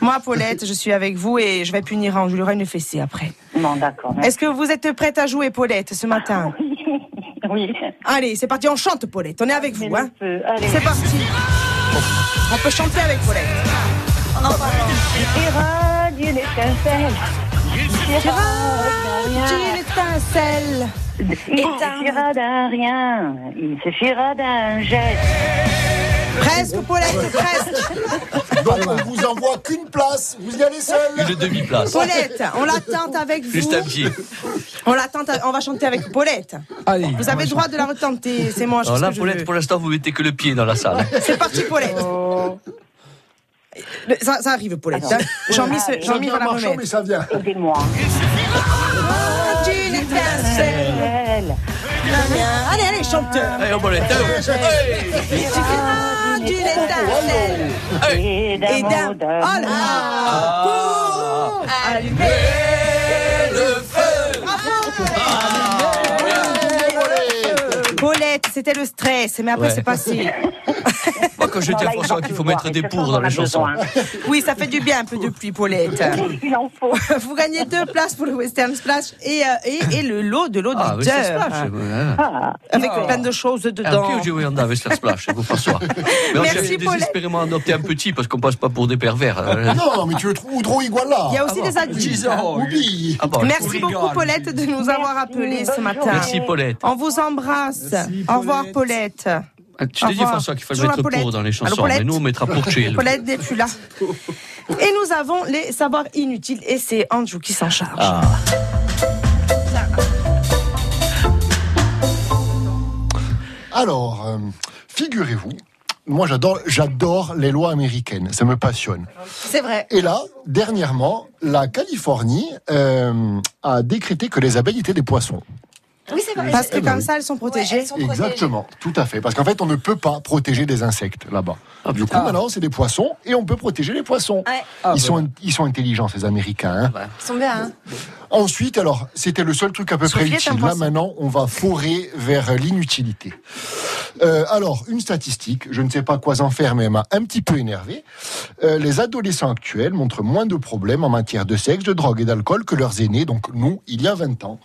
[SPEAKER 4] Moi, Paulette, je suis avec vous et je vais punir Ange. Je lui aurai une fessée après.
[SPEAKER 12] Bon, d'accord.
[SPEAKER 4] Est-ce que vous êtes prête à jouer, Paulette, ce matin
[SPEAKER 12] Oui.
[SPEAKER 4] Allez, c'est parti, on chante, Paulette. On est avec vous. Hein.
[SPEAKER 12] Allez.
[SPEAKER 4] C'est parti. On peut chanter avec Paulette. On en parle.
[SPEAKER 12] Tira d'une étincelle.
[SPEAKER 4] J'ai une étincelle.
[SPEAKER 12] Il suffira d'un rien. Il suffira d'un geste.
[SPEAKER 4] Presque, Paulette, presque.
[SPEAKER 5] Donc, on vous envoie qu'une place, vous y allez seul.
[SPEAKER 9] Une demi-place.
[SPEAKER 4] Paulette, on l'attente avec vous.
[SPEAKER 9] Juste un pied.
[SPEAKER 4] On l'attente, à- on va chanter avec Paulette.
[SPEAKER 2] Allez.
[SPEAKER 4] Vous avez le droit de la retenter, c'est moi, je
[SPEAKER 9] Alors
[SPEAKER 4] fais ce
[SPEAKER 9] là,
[SPEAKER 4] que je
[SPEAKER 9] Paulette,
[SPEAKER 4] veux.
[SPEAKER 9] pour l'instant, vous mettez que le pied dans la salle.
[SPEAKER 4] C'est parti, Paulette.
[SPEAKER 5] Oh.
[SPEAKER 4] Le- Ça, ça arrive, Paulette. hein. Jean-Mi se-
[SPEAKER 12] allez.
[SPEAKER 4] Jean-Mi
[SPEAKER 5] Bien
[SPEAKER 4] va la
[SPEAKER 5] marchand,
[SPEAKER 4] remettre.
[SPEAKER 5] mais ça vient.
[SPEAKER 12] Aidez-moi.
[SPEAKER 4] J'ai une étincelle.
[SPEAKER 12] Elle.
[SPEAKER 4] Allez, allez, chanteur.
[SPEAKER 9] Allez, on Paulette.
[SPEAKER 4] Il suffira d'une étincelle
[SPEAKER 12] Et
[SPEAKER 4] et d'un.
[SPEAKER 12] d'un mot
[SPEAKER 4] Oh là
[SPEAKER 12] d'amour.
[SPEAKER 4] là Pour allumer le feu Bravo Paulette, c'était le stress, mais après
[SPEAKER 9] Ouais.
[SPEAKER 4] c'est passé.
[SPEAKER 9] Moi, quand je dis à François qu'il faut mettre des pour dans les chansons.
[SPEAKER 4] Oui, ça fait du bien un peu de pluie, Paulette.
[SPEAKER 12] Il en faut.
[SPEAKER 4] Vous gagnez deux places pour le Western Splash et, euh, et, et le lot de
[SPEAKER 9] Ah,
[SPEAKER 4] l'auditeur.
[SPEAKER 9] questa splash. eh.
[SPEAKER 12] Ah,
[SPEAKER 4] avec plein de choses dedans.
[SPEAKER 9] Anche io ci voglio andare a questa splash con François. Mais on
[SPEAKER 4] Merci,
[SPEAKER 9] cherche
[SPEAKER 4] Paulette.
[SPEAKER 9] désespérément adopté un petit parce qu'on passe pas pour des pervers.
[SPEAKER 4] Ah,
[SPEAKER 9] hein.
[SPEAKER 5] Ah Non, mais tu le trouves Oudro Iguala.
[SPEAKER 4] Il y a aussi des adultes.
[SPEAKER 5] Oublie.
[SPEAKER 9] Ah bon,
[SPEAKER 4] Merci
[SPEAKER 9] on
[SPEAKER 4] beaucoup,
[SPEAKER 9] rigole.
[SPEAKER 4] Paulette, de nous avoir
[SPEAKER 12] Merci,
[SPEAKER 4] appelés ce
[SPEAKER 12] bonne
[SPEAKER 4] matin.
[SPEAKER 12] journée.
[SPEAKER 9] Merci Paulette.
[SPEAKER 4] On vous embrasse. Au revoir, Paulette.
[SPEAKER 9] Ah, Tu
[SPEAKER 4] Au
[SPEAKER 9] t'es dit
[SPEAKER 4] revoir.
[SPEAKER 9] François qu'il fallait
[SPEAKER 4] Toujours la
[SPEAKER 9] mettre pour
[SPEAKER 4] Paulette.
[SPEAKER 9] dans les
[SPEAKER 4] Allô,
[SPEAKER 9] chansons,
[SPEAKER 4] Paulette
[SPEAKER 9] mais nous on mettra pour chez elle.
[SPEAKER 4] Paulette n'est plus là. Et nous avons les savoirs inutiles et c'est Andrew qui s'en charge.
[SPEAKER 9] Ah.
[SPEAKER 5] Alors, euh, figurez-vous, moi j'adore, j'adore les lois américaines, ça me passionne.
[SPEAKER 4] C'est vrai.
[SPEAKER 5] Et là, dernièrement, la Californie euh, a décrété que les abeilles étaient des poissons.
[SPEAKER 6] Oui, c'est vrai.
[SPEAKER 4] Parce que
[SPEAKER 5] Eh ben
[SPEAKER 4] comme
[SPEAKER 5] oui.
[SPEAKER 4] ça, elles sont protégées.
[SPEAKER 5] Exactement, tout à fait. Parce qu'en fait, on ne peut pas protéger des insectes là-bas. du coup, maintenant, c'est des poissons et on peut protéger les poissons.
[SPEAKER 6] Ouais.
[SPEAKER 5] ils, sont, ils sont intelligents, ces Américains. hein.
[SPEAKER 6] Ils sont bien. hein.
[SPEAKER 5] Ensuite, alors, c'était le seul truc à peu
[SPEAKER 4] Sophie
[SPEAKER 5] près
[SPEAKER 4] est un
[SPEAKER 5] utile. Là,
[SPEAKER 4] poisson.
[SPEAKER 5] maintenant, on va forer vers l'inutilité. Euh, alors, une statistique, je ne sais pas quoi en faire, mais elle m'a un petit peu énervé. Euh, les adolescents actuels montrent moins de problèmes en matière de sexe, de drogue et d'alcool que leurs aînés, donc nous, il y a 20 ans.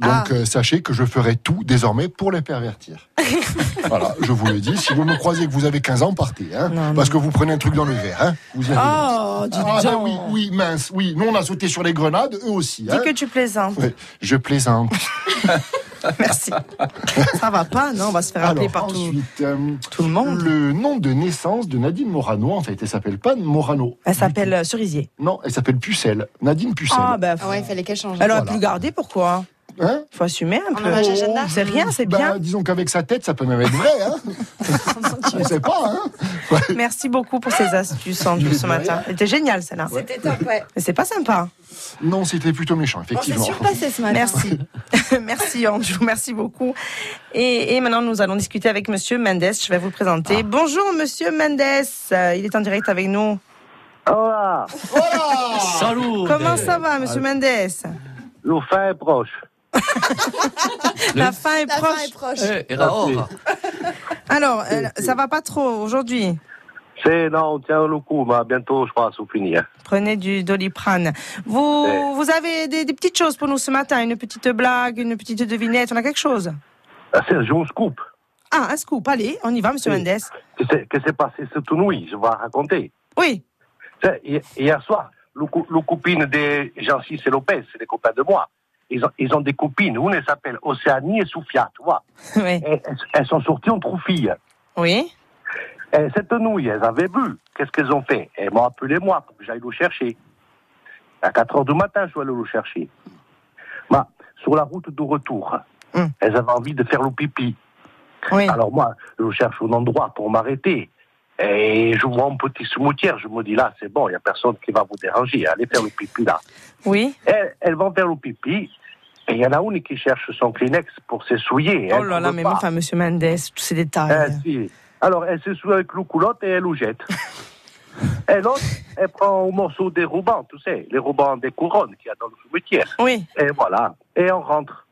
[SPEAKER 5] Donc,
[SPEAKER 4] Ah.
[SPEAKER 5] euh, sachez que je ferai tout désormais pour les
[SPEAKER 4] [laughs]
[SPEAKER 5] pervertir. voilà, je vous le dis. Si vous me croisez que vous avez 15 ans, partez. Hein,
[SPEAKER 4] Non,
[SPEAKER 5] parce que vous prenez un truc dans le verre. Hein, vous y arrivez.
[SPEAKER 4] Oh, dis
[SPEAKER 5] Ah, bah
[SPEAKER 4] donc.
[SPEAKER 5] oui, oui, mince, oui. Nous, on a sauté sur les grenades, eux aussi.
[SPEAKER 4] Dis
[SPEAKER 5] hein.
[SPEAKER 4] que tu plaisantes.
[SPEAKER 5] Ouais, je plaisante.
[SPEAKER 4] [laughs] Merci. ça va pas, non On va se faire appeler
[SPEAKER 5] Alors,
[SPEAKER 4] par tout,
[SPEAKER 5] ensuite, euh,
[SPEAKER 4] tout le monde.
[SPEAKER 5] le nom de naissance de Nadine Morano, en fait, elle s'appelle pas Morano.
[SPEAKER 4] Elle s'appelle euh, Cerisier.
[SPEAKER 5] Non, elle s'appelle Pucelle. Nadine Pucelle.
[SPEAKER 4] Ah, ben,
[SPEAKER 6] Ah ouais, il fallait qu'elle change.
[SPEAKER 4] elle aurait
[SPEAKER 5] voilà.
[SPEAKER 4] pu le garder, pourquoi
[SPEAKER 5] Hein
[SPEAKER 4] Faut assumer un
[SPEAKER 6] En
[SPEAKER 4] peu.
[SPEAKER 6] hommage à Jeanne d'Arc.
[SPEAKER 4] C'est rien, c'est
[SPEAKER 5] Bah,
[SPEAKER 4] bien.
[SPEAKER 5] disons qu'avec sa tête, ça peut même être vrai.
[SPEAKER 6] [laughs]
[SPEAKER 5] Hein On ne sait pas. Hein
[SPEAKER 4] Merci beaucoup pour ces astuces, Andrew, ce matin. C'était génial, celle-là.
[SPEAKER 6] C'était top, ouais.
[SPEAKER 4] Mais c'est pas sympa.
[SPEAKER 5] non, c'était plutôt méchant,
[SPEAKER 6] On s'est
[SPEAKER 5] effectivement.
[SPEAKER 6] surpassé ce matin.
[SPEAKER 4] Merci. [laughs] merci, Andrew. Merci beaucoup. Et, et maintenant, nous allons discuter avec Ah. Monsieur Mendes. Je vais vous le présenter. Bonjour, Monsieur Mendes. Euh, Il est en direct avec nous.
[SPEAKER 12] Voilà.
[SPEAKER 9] Salut.
[SPEAKER 4] [laughs] Comment ça va, monsieur Mendes
[SPEAKER 12] Le fin est proche.
[SPEAKER 4] La fin est proche. Euh,
[SPEAKER 9] Eh, era ora.
[SPEAKER 4] Alors, euh, ça va pas trop aujourd'hui.
[SPEAKER 12] C'est, non, on tient le coup, mais bientôt, je pense, on finit. hein.
[SPEAKER 4] Prenez du doliprane. Vous, vous avez des, des petites choses pour nous ce matin Une petite blague, une petite devinette On a quelque chose
[SPEAKER 12] Ah, Serge, on se coupe.
[SPEAKER 4] Ah, un scoop. Allez, on y va, monsieur
[SPEAKER 12] Oui.
[SPEAKER 4] Mendes.
[SPEAKER 12] Qu'est-ce qui s'est passé cette nuit Je vais raconter.
[SPEAKER 4] Oui.
[SPEAKER 12] C'est- hi- Hier soir, le, cou- le copine de Jean-Cis et Lopez, c'est des copains de moi. Ils ont, ils ont des copines. Une, elle s'appelle Océanie et Soufia, tu vois.
[SPEAKER 4] Oui.
[SPEAKER 12] Elles, elles- elles sont sorties en trois filles.
[SPEAKER 4] Oui.
[SPEAKER 12] Et Eh, cette nouille, elles avaient bu. Qu'est-ce qu'elles ont fait Elles m'ont appelé moi pour que j'aille le chercher. À 4 heures du matin, je suis allé le chercher. Bah, sur la route de retour,
[SPEAKER 4] Mm.
[SPEAKER 12] elles avaient envie de faire le pipi.
[SPEAKER 4] Oui.
[SPEAKER 12] Alors moi, je cherche un endroit pour m'arrêter. Et je vois un petit soumetière, je me dis là, c'est bon, il n'y a personne qui va vous déranger, allez faire le pipi là.
[SPEAKER 4] Oui.
[SPEAKER 12] Elles, elles vont faire le pipi, et il y en a une qui cherche son Kleenex pour s'essouiller.
[SPEAKER 4] Oh
[SPEAKER 12] Elle
[SPEAKER 4] là là,
[SPEAKER 12] veut
[SPEAKER 4] mais
[SPEAKER 12] pas.
[SPEAKER 4] enfin, monsieur Mendes, tous ces
[SPEAKER 12] Eh,
[SPEAKER 4] détails.
[SPEAKER 12] si. Alors, elle s'essuie avec le coulotte et elle
[SPEAKER 4] [laughs]
[SPEAKER 12] le jette. et l'autre, elle prend un morceau des rubans, tu sais, les rubans des couronnes qu'il y a dans le cimetière.
[SPEAKER 4] Oui.
[SPEAKER 12] Et voilà. Et
[SPEAKER 4] [laughs]
[SPEAKER 12] on rentre.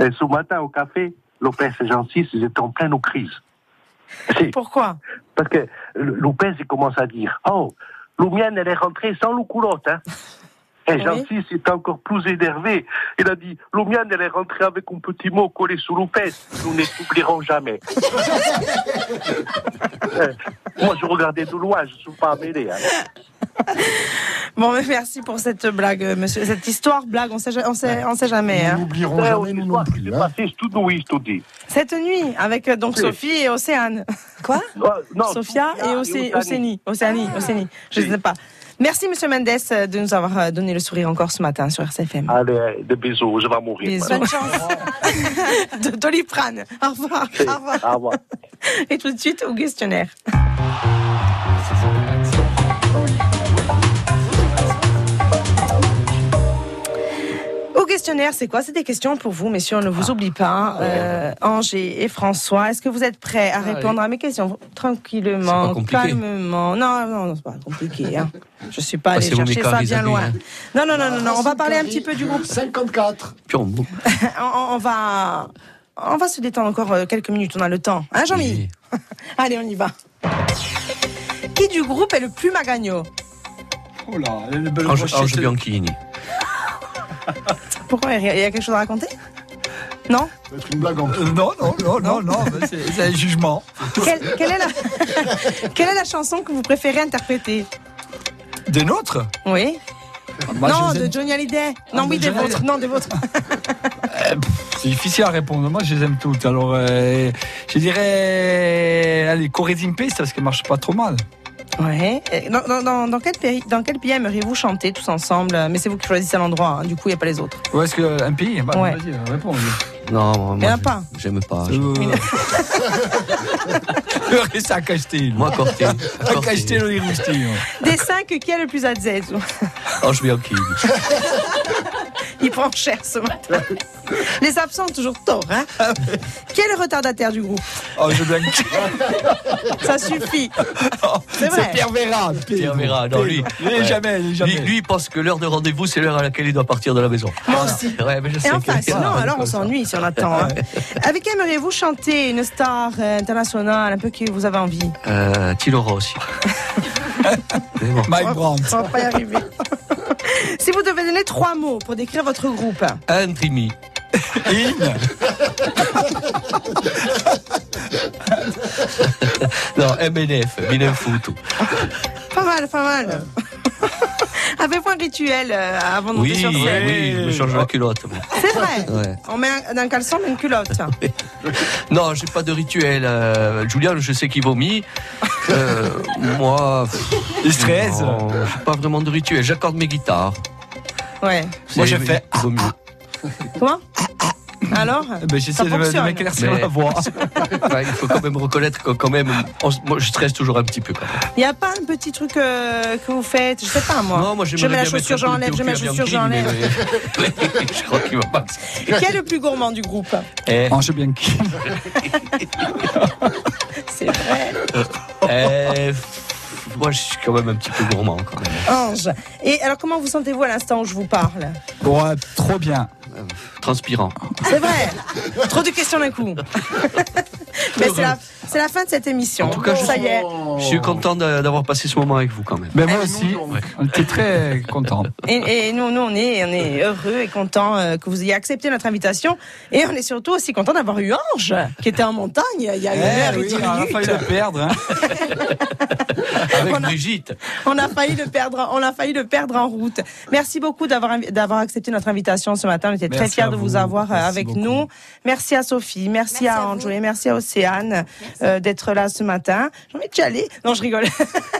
[SPEAKER 12] et ce matin, au café, Lopez et Jean-Cis, ils étaient en pleine crise. Si,
[SPEAKER 4] Pourquoi
[SPEAKER 12] parce que le- Lopez, il commence à dire Oh, le mien, elle est rentrée sans le coulotte. Hein. Et
[SPEAKER 4] Oui.
[SPEAKER 12] Jean-Cis était encore plus énervé. Il a dit Le mien, elle est rentrée avec un petit mot collé sous Lopez. Nous ne t'oublierons jamais. Euh, Moi, je regardais de loin, je ne suis pas mêlé. hein.
[SPEAKER 4] Bon, mais merci pour cette blague, euh, monsieur. Cette histoire, blague, on sait, ja- on sait, on sait jamais.
[SPEAKER 5] Nous
[SPEAKER 4] hein.
[SPEAKER 5] n'oublierons
[SPEAKER 12] Eh,
[SPEAKER 5] jamais
[SPEAKER 12] une
[SPEAKER 5] nous non
[SPEAKER 12] histoire qui
[SPEAKER 5] plus.
[SPEAKER 12] s'est
[SPEAKER 5] hein.
[SPEAKER 12] passée, je tout oui, je tout dis.
[SPEAKER 4] Cette nuit, avec euh, donc
[SPEAKER 12] Oui.
[SPEAKER 4] Sophie et Océane.
[SPEAKER 12] [laughs]
[SPEAKER 4] Quoi
[SPEAKER 12] Non, non,
[SPEAKER 4] Sophia
[SPEAKER 12] Sophia
[SPEAKER 4] et
[SPEAKER 12] et
[SPEAKER 4] Océ-
[SPEAKER 12] Océanie. Ah.
[SPEAKER 4] Océanie. Océanie, Océanie. Je ne
[SPEAKER 12] Oui.
[SPEAKER 4] sais pas. Merci, monsieur Mendes, euh, de nous avoir euh, donné le sourire encore ce matin sur
[SPEAKER 12] Ah,
[SPEAKER 4] RCFM.
[SPEAKER 12] Allez, des bisous, je vais mourir.
[SPEAKER 4] Bisous.
[SPEAKER 12] maintenant.
[SPEAKER 4] [laughs]
[SPEAKER 12] [laughs]
[SPEAKER 4] de Doliprane. Au revoir.
[SPEAKER 12] Au revoir. Au revoir.
[SPEAKER 4] [laughs] Et tout de suite au questionnaire. Au questionnaire, c'est quoi C'est des questions pour vous, messieurs, on ne
[SPEAKER 9] Ah.
[SPEAKER 4] vous oublie pas. Euh, Ange et et François, est-ce que vous êtes prêts à répondre à mes questions
[SPEAKER 9] Ah, C'est
[SPEAKER 4] tranquillement,
[SPEAKER 9] pas compliqué.
[SPEAKER 4] calmement Non, non, c'est pas compliqué. Hein. Je suis pas allée
[SPEAKER 9] Passez-vous Ah, mes
[SPEAKER 4] chercher ça
[SPEAKER 9] caries,
[SPEAKER 4] bien
[SPEAKER 9] amis,
[SPEAKER 4] loin.
[SPEAKER 9] hein.
[SPEAKER 4] Non, non, non, non, non, on va parler un petit peu du groupe
[SPEAKER 5] 54.
[SPEAKER 4] [laughs]
[SPEAKER 9] Pion, bon.
[SPEAKER 4] on, on- on va, on va se détendre encore euh, quelques minutes, on a le temps. Hein, Jean-Mi
[SPEAKER 9] Oui.
[SPEAKER 4] [laughs] Allez, on y va. Qui du groupe est le plus magagno
[SPEAKER 2] Oh là, elle est belle
[SPEAKER 9] Ange,
[SPEAKER 5] Ah,
[SPEAKER 2] brochette.
[SPEAKER 9] Ange Bianchini.
[SPEAKER 4] Pourquoi il y a il y a quelque chose à raconter Non
[SPEAKER 5] Ça va être une blague en plus.
[SPEAKER 2] Euh, Non, non, non, non, non, mais c'est c'est un jugement.
[SPEAKER 4] Quelle- quelle, est la... [laughs] quelle est la chanson que vous préférez interpréter
[SPEAKER 2] Des nôtres
[SPEAKER 4] Oui
[SPEAKER 2] Moi,
[SPEAKER 4] Non,
[SPEAKER 2] je les
[SPEAKER 4] de
[SPEAKER 2] aime-
[SPEAKER 4] Johnny Hallyday.
[SPEAKER 2] Ah,
[SPEAKER 4] Non,
[SPEAKER 2] de
[SPEAKER 4] oui, des
[SPEAKER 2] Johnny
[SPEAKER 4] vôtres. Non,
[SPEAKER 2] [laughs]
[SPEAKER 4] des vôtres.
[SPEAKER 2] C'est difficile à répondre. Moi, je les aime toutes. Alors, euh, je dirais. Allez, Corée Piste parce qu'elle marche pas trop mal.
[SPEAKER 4] Ouais. Euh, Dans, dans- dans- dans quel pays, dans quel pays aimeriez-vous chanter tous ensemble Mais c'est vous qui choisissez l'endroit, hein, du coup, il n'y a pas les autres.
[SPEAKER 2] Ou est-ce qu'un pays bah,
[SPEAKER 4] Ouais.
[SPEAKER 2] Vas-y, réponds.
[SPEAKER 9] Non,
[SPEAKER 4] Il y
[SPEAKER 9] moi,
[SPEAKER 4] en a pas.
[SPEAKER 9] j'aime pas.
[SPEAKER 2] Euh... Reste à Castel.
[SPEAKER 9] Moi,
[SPEAKER 4] [laughs]
[SPEAKER 9] Corté.
[SPEAKER 2] À Castel et Roustillon.
[SPEAKER 4] Des cinq, qui est le plus à Z
[SPEAKER 9] Ange Bianchini.
[SPEAKER 4] [laughs] Il prend cher ce [laughs] matin. Les absents ont toujours tort, hein Quel retardataire du groupe
[SPEAKER 2] Oh, je blague.
[SPEAKER 4] Ça suffit. C'est vrai.
[SPEAKER 2] Pierre Véra.
[SPEAKER 9] Pierre Véra, non, lui.
[SPEAKER 2] Il est
[SPEAKER 9] Ouais.
[SPEAKER 2] jamais, il est jamais.
[SPEAKER 9] Lui, lui, il pense que l'heure de rendez-vous, c'est l'heure à laquelle il doit partir de la maison. Moi aussi. Ouais, mais je sais
[SPEAKER 4] Et
[SPEAKER 9] qu'il
[SPEAKER 4] enfin,
[SPEAKER 9] est-
[SPEAKER 4] sinon, alors on s'ennuie si on attend.
[SPEAKER 9] [laughs]
[SPEAKER 4] hein. Avec qui aimeriez-vous chanter une star euh, internationale, un peu qui vous avez envie
[SPEAKER 9] Euh, Tino
[SPEAKER 2] [laughs]
[SPEAKER 9] Rossi. Mais bon.
[SPEAKER 2] Mike Brandt.
[SPEAKER 4] On va pas y arriver. [laughs] si vous devez donner trois mots pour décrire votre [laughs] groupe,
[SPEAKER 9] Un trimi.
[SPEAKER 2] In.
[SPEAKER 9] [laughs] Non, MNF, Minem Foutou.
[SPEAKER 4] pas mal, pas mal. [laughs] Avez-vous un rituel euh, avant de monter
[SPEAKER 9] Oui,
[SPEAKER 4] sur
[SPEAKER 9] oui,
[SPEAKER 4] scène
[SPEAKER 9] je me change la culotte. moi.
[SPEAKER 4] C'est vrai.
[SPEAKER 9] Ouais.
[SPEAKER 4] On met un, un caleçon, mais une culotte.
[SPEAKER 9] Non, j'ai pas de rituel. euh, Julien, je sais qu'il vomit. Euh, moi,
[SPEAKER 2] Il stresse.
[SPEAKER 9] non, j'ai pas vraiment de rituel. J'accorde mes guitares.
[SPEAKER 4] Ouais.
[SPEAKER 9] C'est-
[SPEAKER 2] Moi, je fais-
[SPEAKER 9] il vaut mieux.
[SPEAKER 4] Comment Alors
[SPEAKER 2] Eh ben,
[SPEAKER 4] Ça
[SPEAKER 2] J'essaie de, de
[SPEAKER 4] fonctionne.
[SPEAKER 2] m'éclaircir
[SPEAKER 9] Mais-
[SPEAKER 2] la voix.
[SPEAKER 9] [laughs] Enfin, il faut quand même reconnaître que quand même, on s- moi, je stresse toujours un petit peu. quand même.
[SPEAKER 4] Il n'y a pas un petit truc euh, que vous faites Je sais pas moi.
[SPEAKER 9] Non, moi,
[SPEAKER 4] je
[SPEAKER 9] j'aimerais
[SPEAKER 4] mets la
[SPEAKER 9] bien mettre
[SPEAKER 4] chaussure,
[SPEAKER 9] un coup de
[SPEAKER 4] j'enlève,
[SPEAKER 9] pied
[SPEAKER 4] je
[SPEAKER 9] au
[SPEAKER 4] mets la
[SPEAKER 9] cul à
[SPEAKER 4] chaussure,
[SPEAKER 9] Bianchini,
[SPEAKER 4] j'enlève.
[SPEAKER 9] mais- [laughs] je crois qu'il va pas.
[SPEAKER 4] Qui est le plus gourmand du groupe
[SPEAKER 9] [laughs] Eh,
[SPEAKER 2] Ange Bianchi.
[SPEAKER 4] C'est vrai.
[SPEAKER 9] eh, [laughs] moi, je suis quand même un petit peu gourmand. Quand même.
[SPEAKER 4] Ange. Et alors, comment vous sentez-vous à l'instant où je vous parle
[SPEAKER 2] Ouais, Oh, trop bien.
[SPEAKER 9] Euh, Transpirant.
[SPEAKER 4] C'est vrai. Trop de questions d'un
[SPEAKER 9] [laughs]
[SPEAKER 4] coup. Mais c'est la, c'est la fin de cette émission.
[SPEAKER 9] En tout cas, je
[SPEAKER 4] ça y est.
[SPEAKER 9] suis, je suis content d'a- d'avoir passé ce moment avec vous quand même.
[SPEAKER 2] Oh. Mais moi aussi,
[SPEAKER 9] Ouais.
[SPEAKER 2] on était très
[SPEAKER 9] [laughs]
[SPEAKER 2] contents.
[SPEAKER 4] Et, et nous, nous, on est, on est heureux et contents euh, que vous ayez accepté notre invitation. Et on est surtout aussi content d'avoir eu Ange, qui était en montagne il y a une
[SPEAKER 9] Eh
[SPEAKER 4] heure et dix
[SPEAKER 2] on a
[SPEAKER 4] minutes.
[SPEAKER 2] failli le perdre. hein.
[SPEAKER 9] Avec Brigitte.
[SPEAKER 4] [laughs] On a failli le perdre, on a failli le perdre en route. Merci beaucoup d'avoir invi- d'avoir accepté notre invitation ce matin. On était très
[SPEAKER 2] Merci
[SPEAKER 4] fiers
[SPEAKER 2] à
[SPEAKER 4] de vous
[SPEAKER 2] vous.
[SPEAKER 4] avoir euh,
[SPEAKER 2] Merci
[SPEAKER 4] avec
[SPEAKER 2] beaucoup.
[SPEAKER 4] nous. Merci à Sophie, merci,
[SPEAKER 6] Merci
[SPEAKER 4] à
[SPEAKER 6] à
[SPEAKER 4] Andrew
[SPEAKER 6] vous.
[SPEAKER 4] et merci à Océane euh, d'être là ce matin. J'ai envie de y aller. Non, je rigole.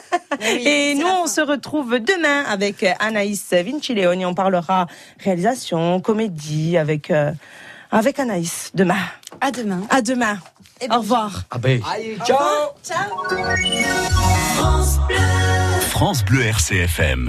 [SPEAKER 4] [laughs] Et nous, on se retrouve demain avec euh, Anaïs Vincileoni. On parlera réalisation, comédie avec, euh, avec Anaïs demain.
[SPEAKER 6] À demain.
[SPEAKER 4] À demain. Au revoir.
[SPEAKER 9] Ah ben.
[SPEAKER 4] Ciao.
[SPEAKER 13] France Bleu RCFM.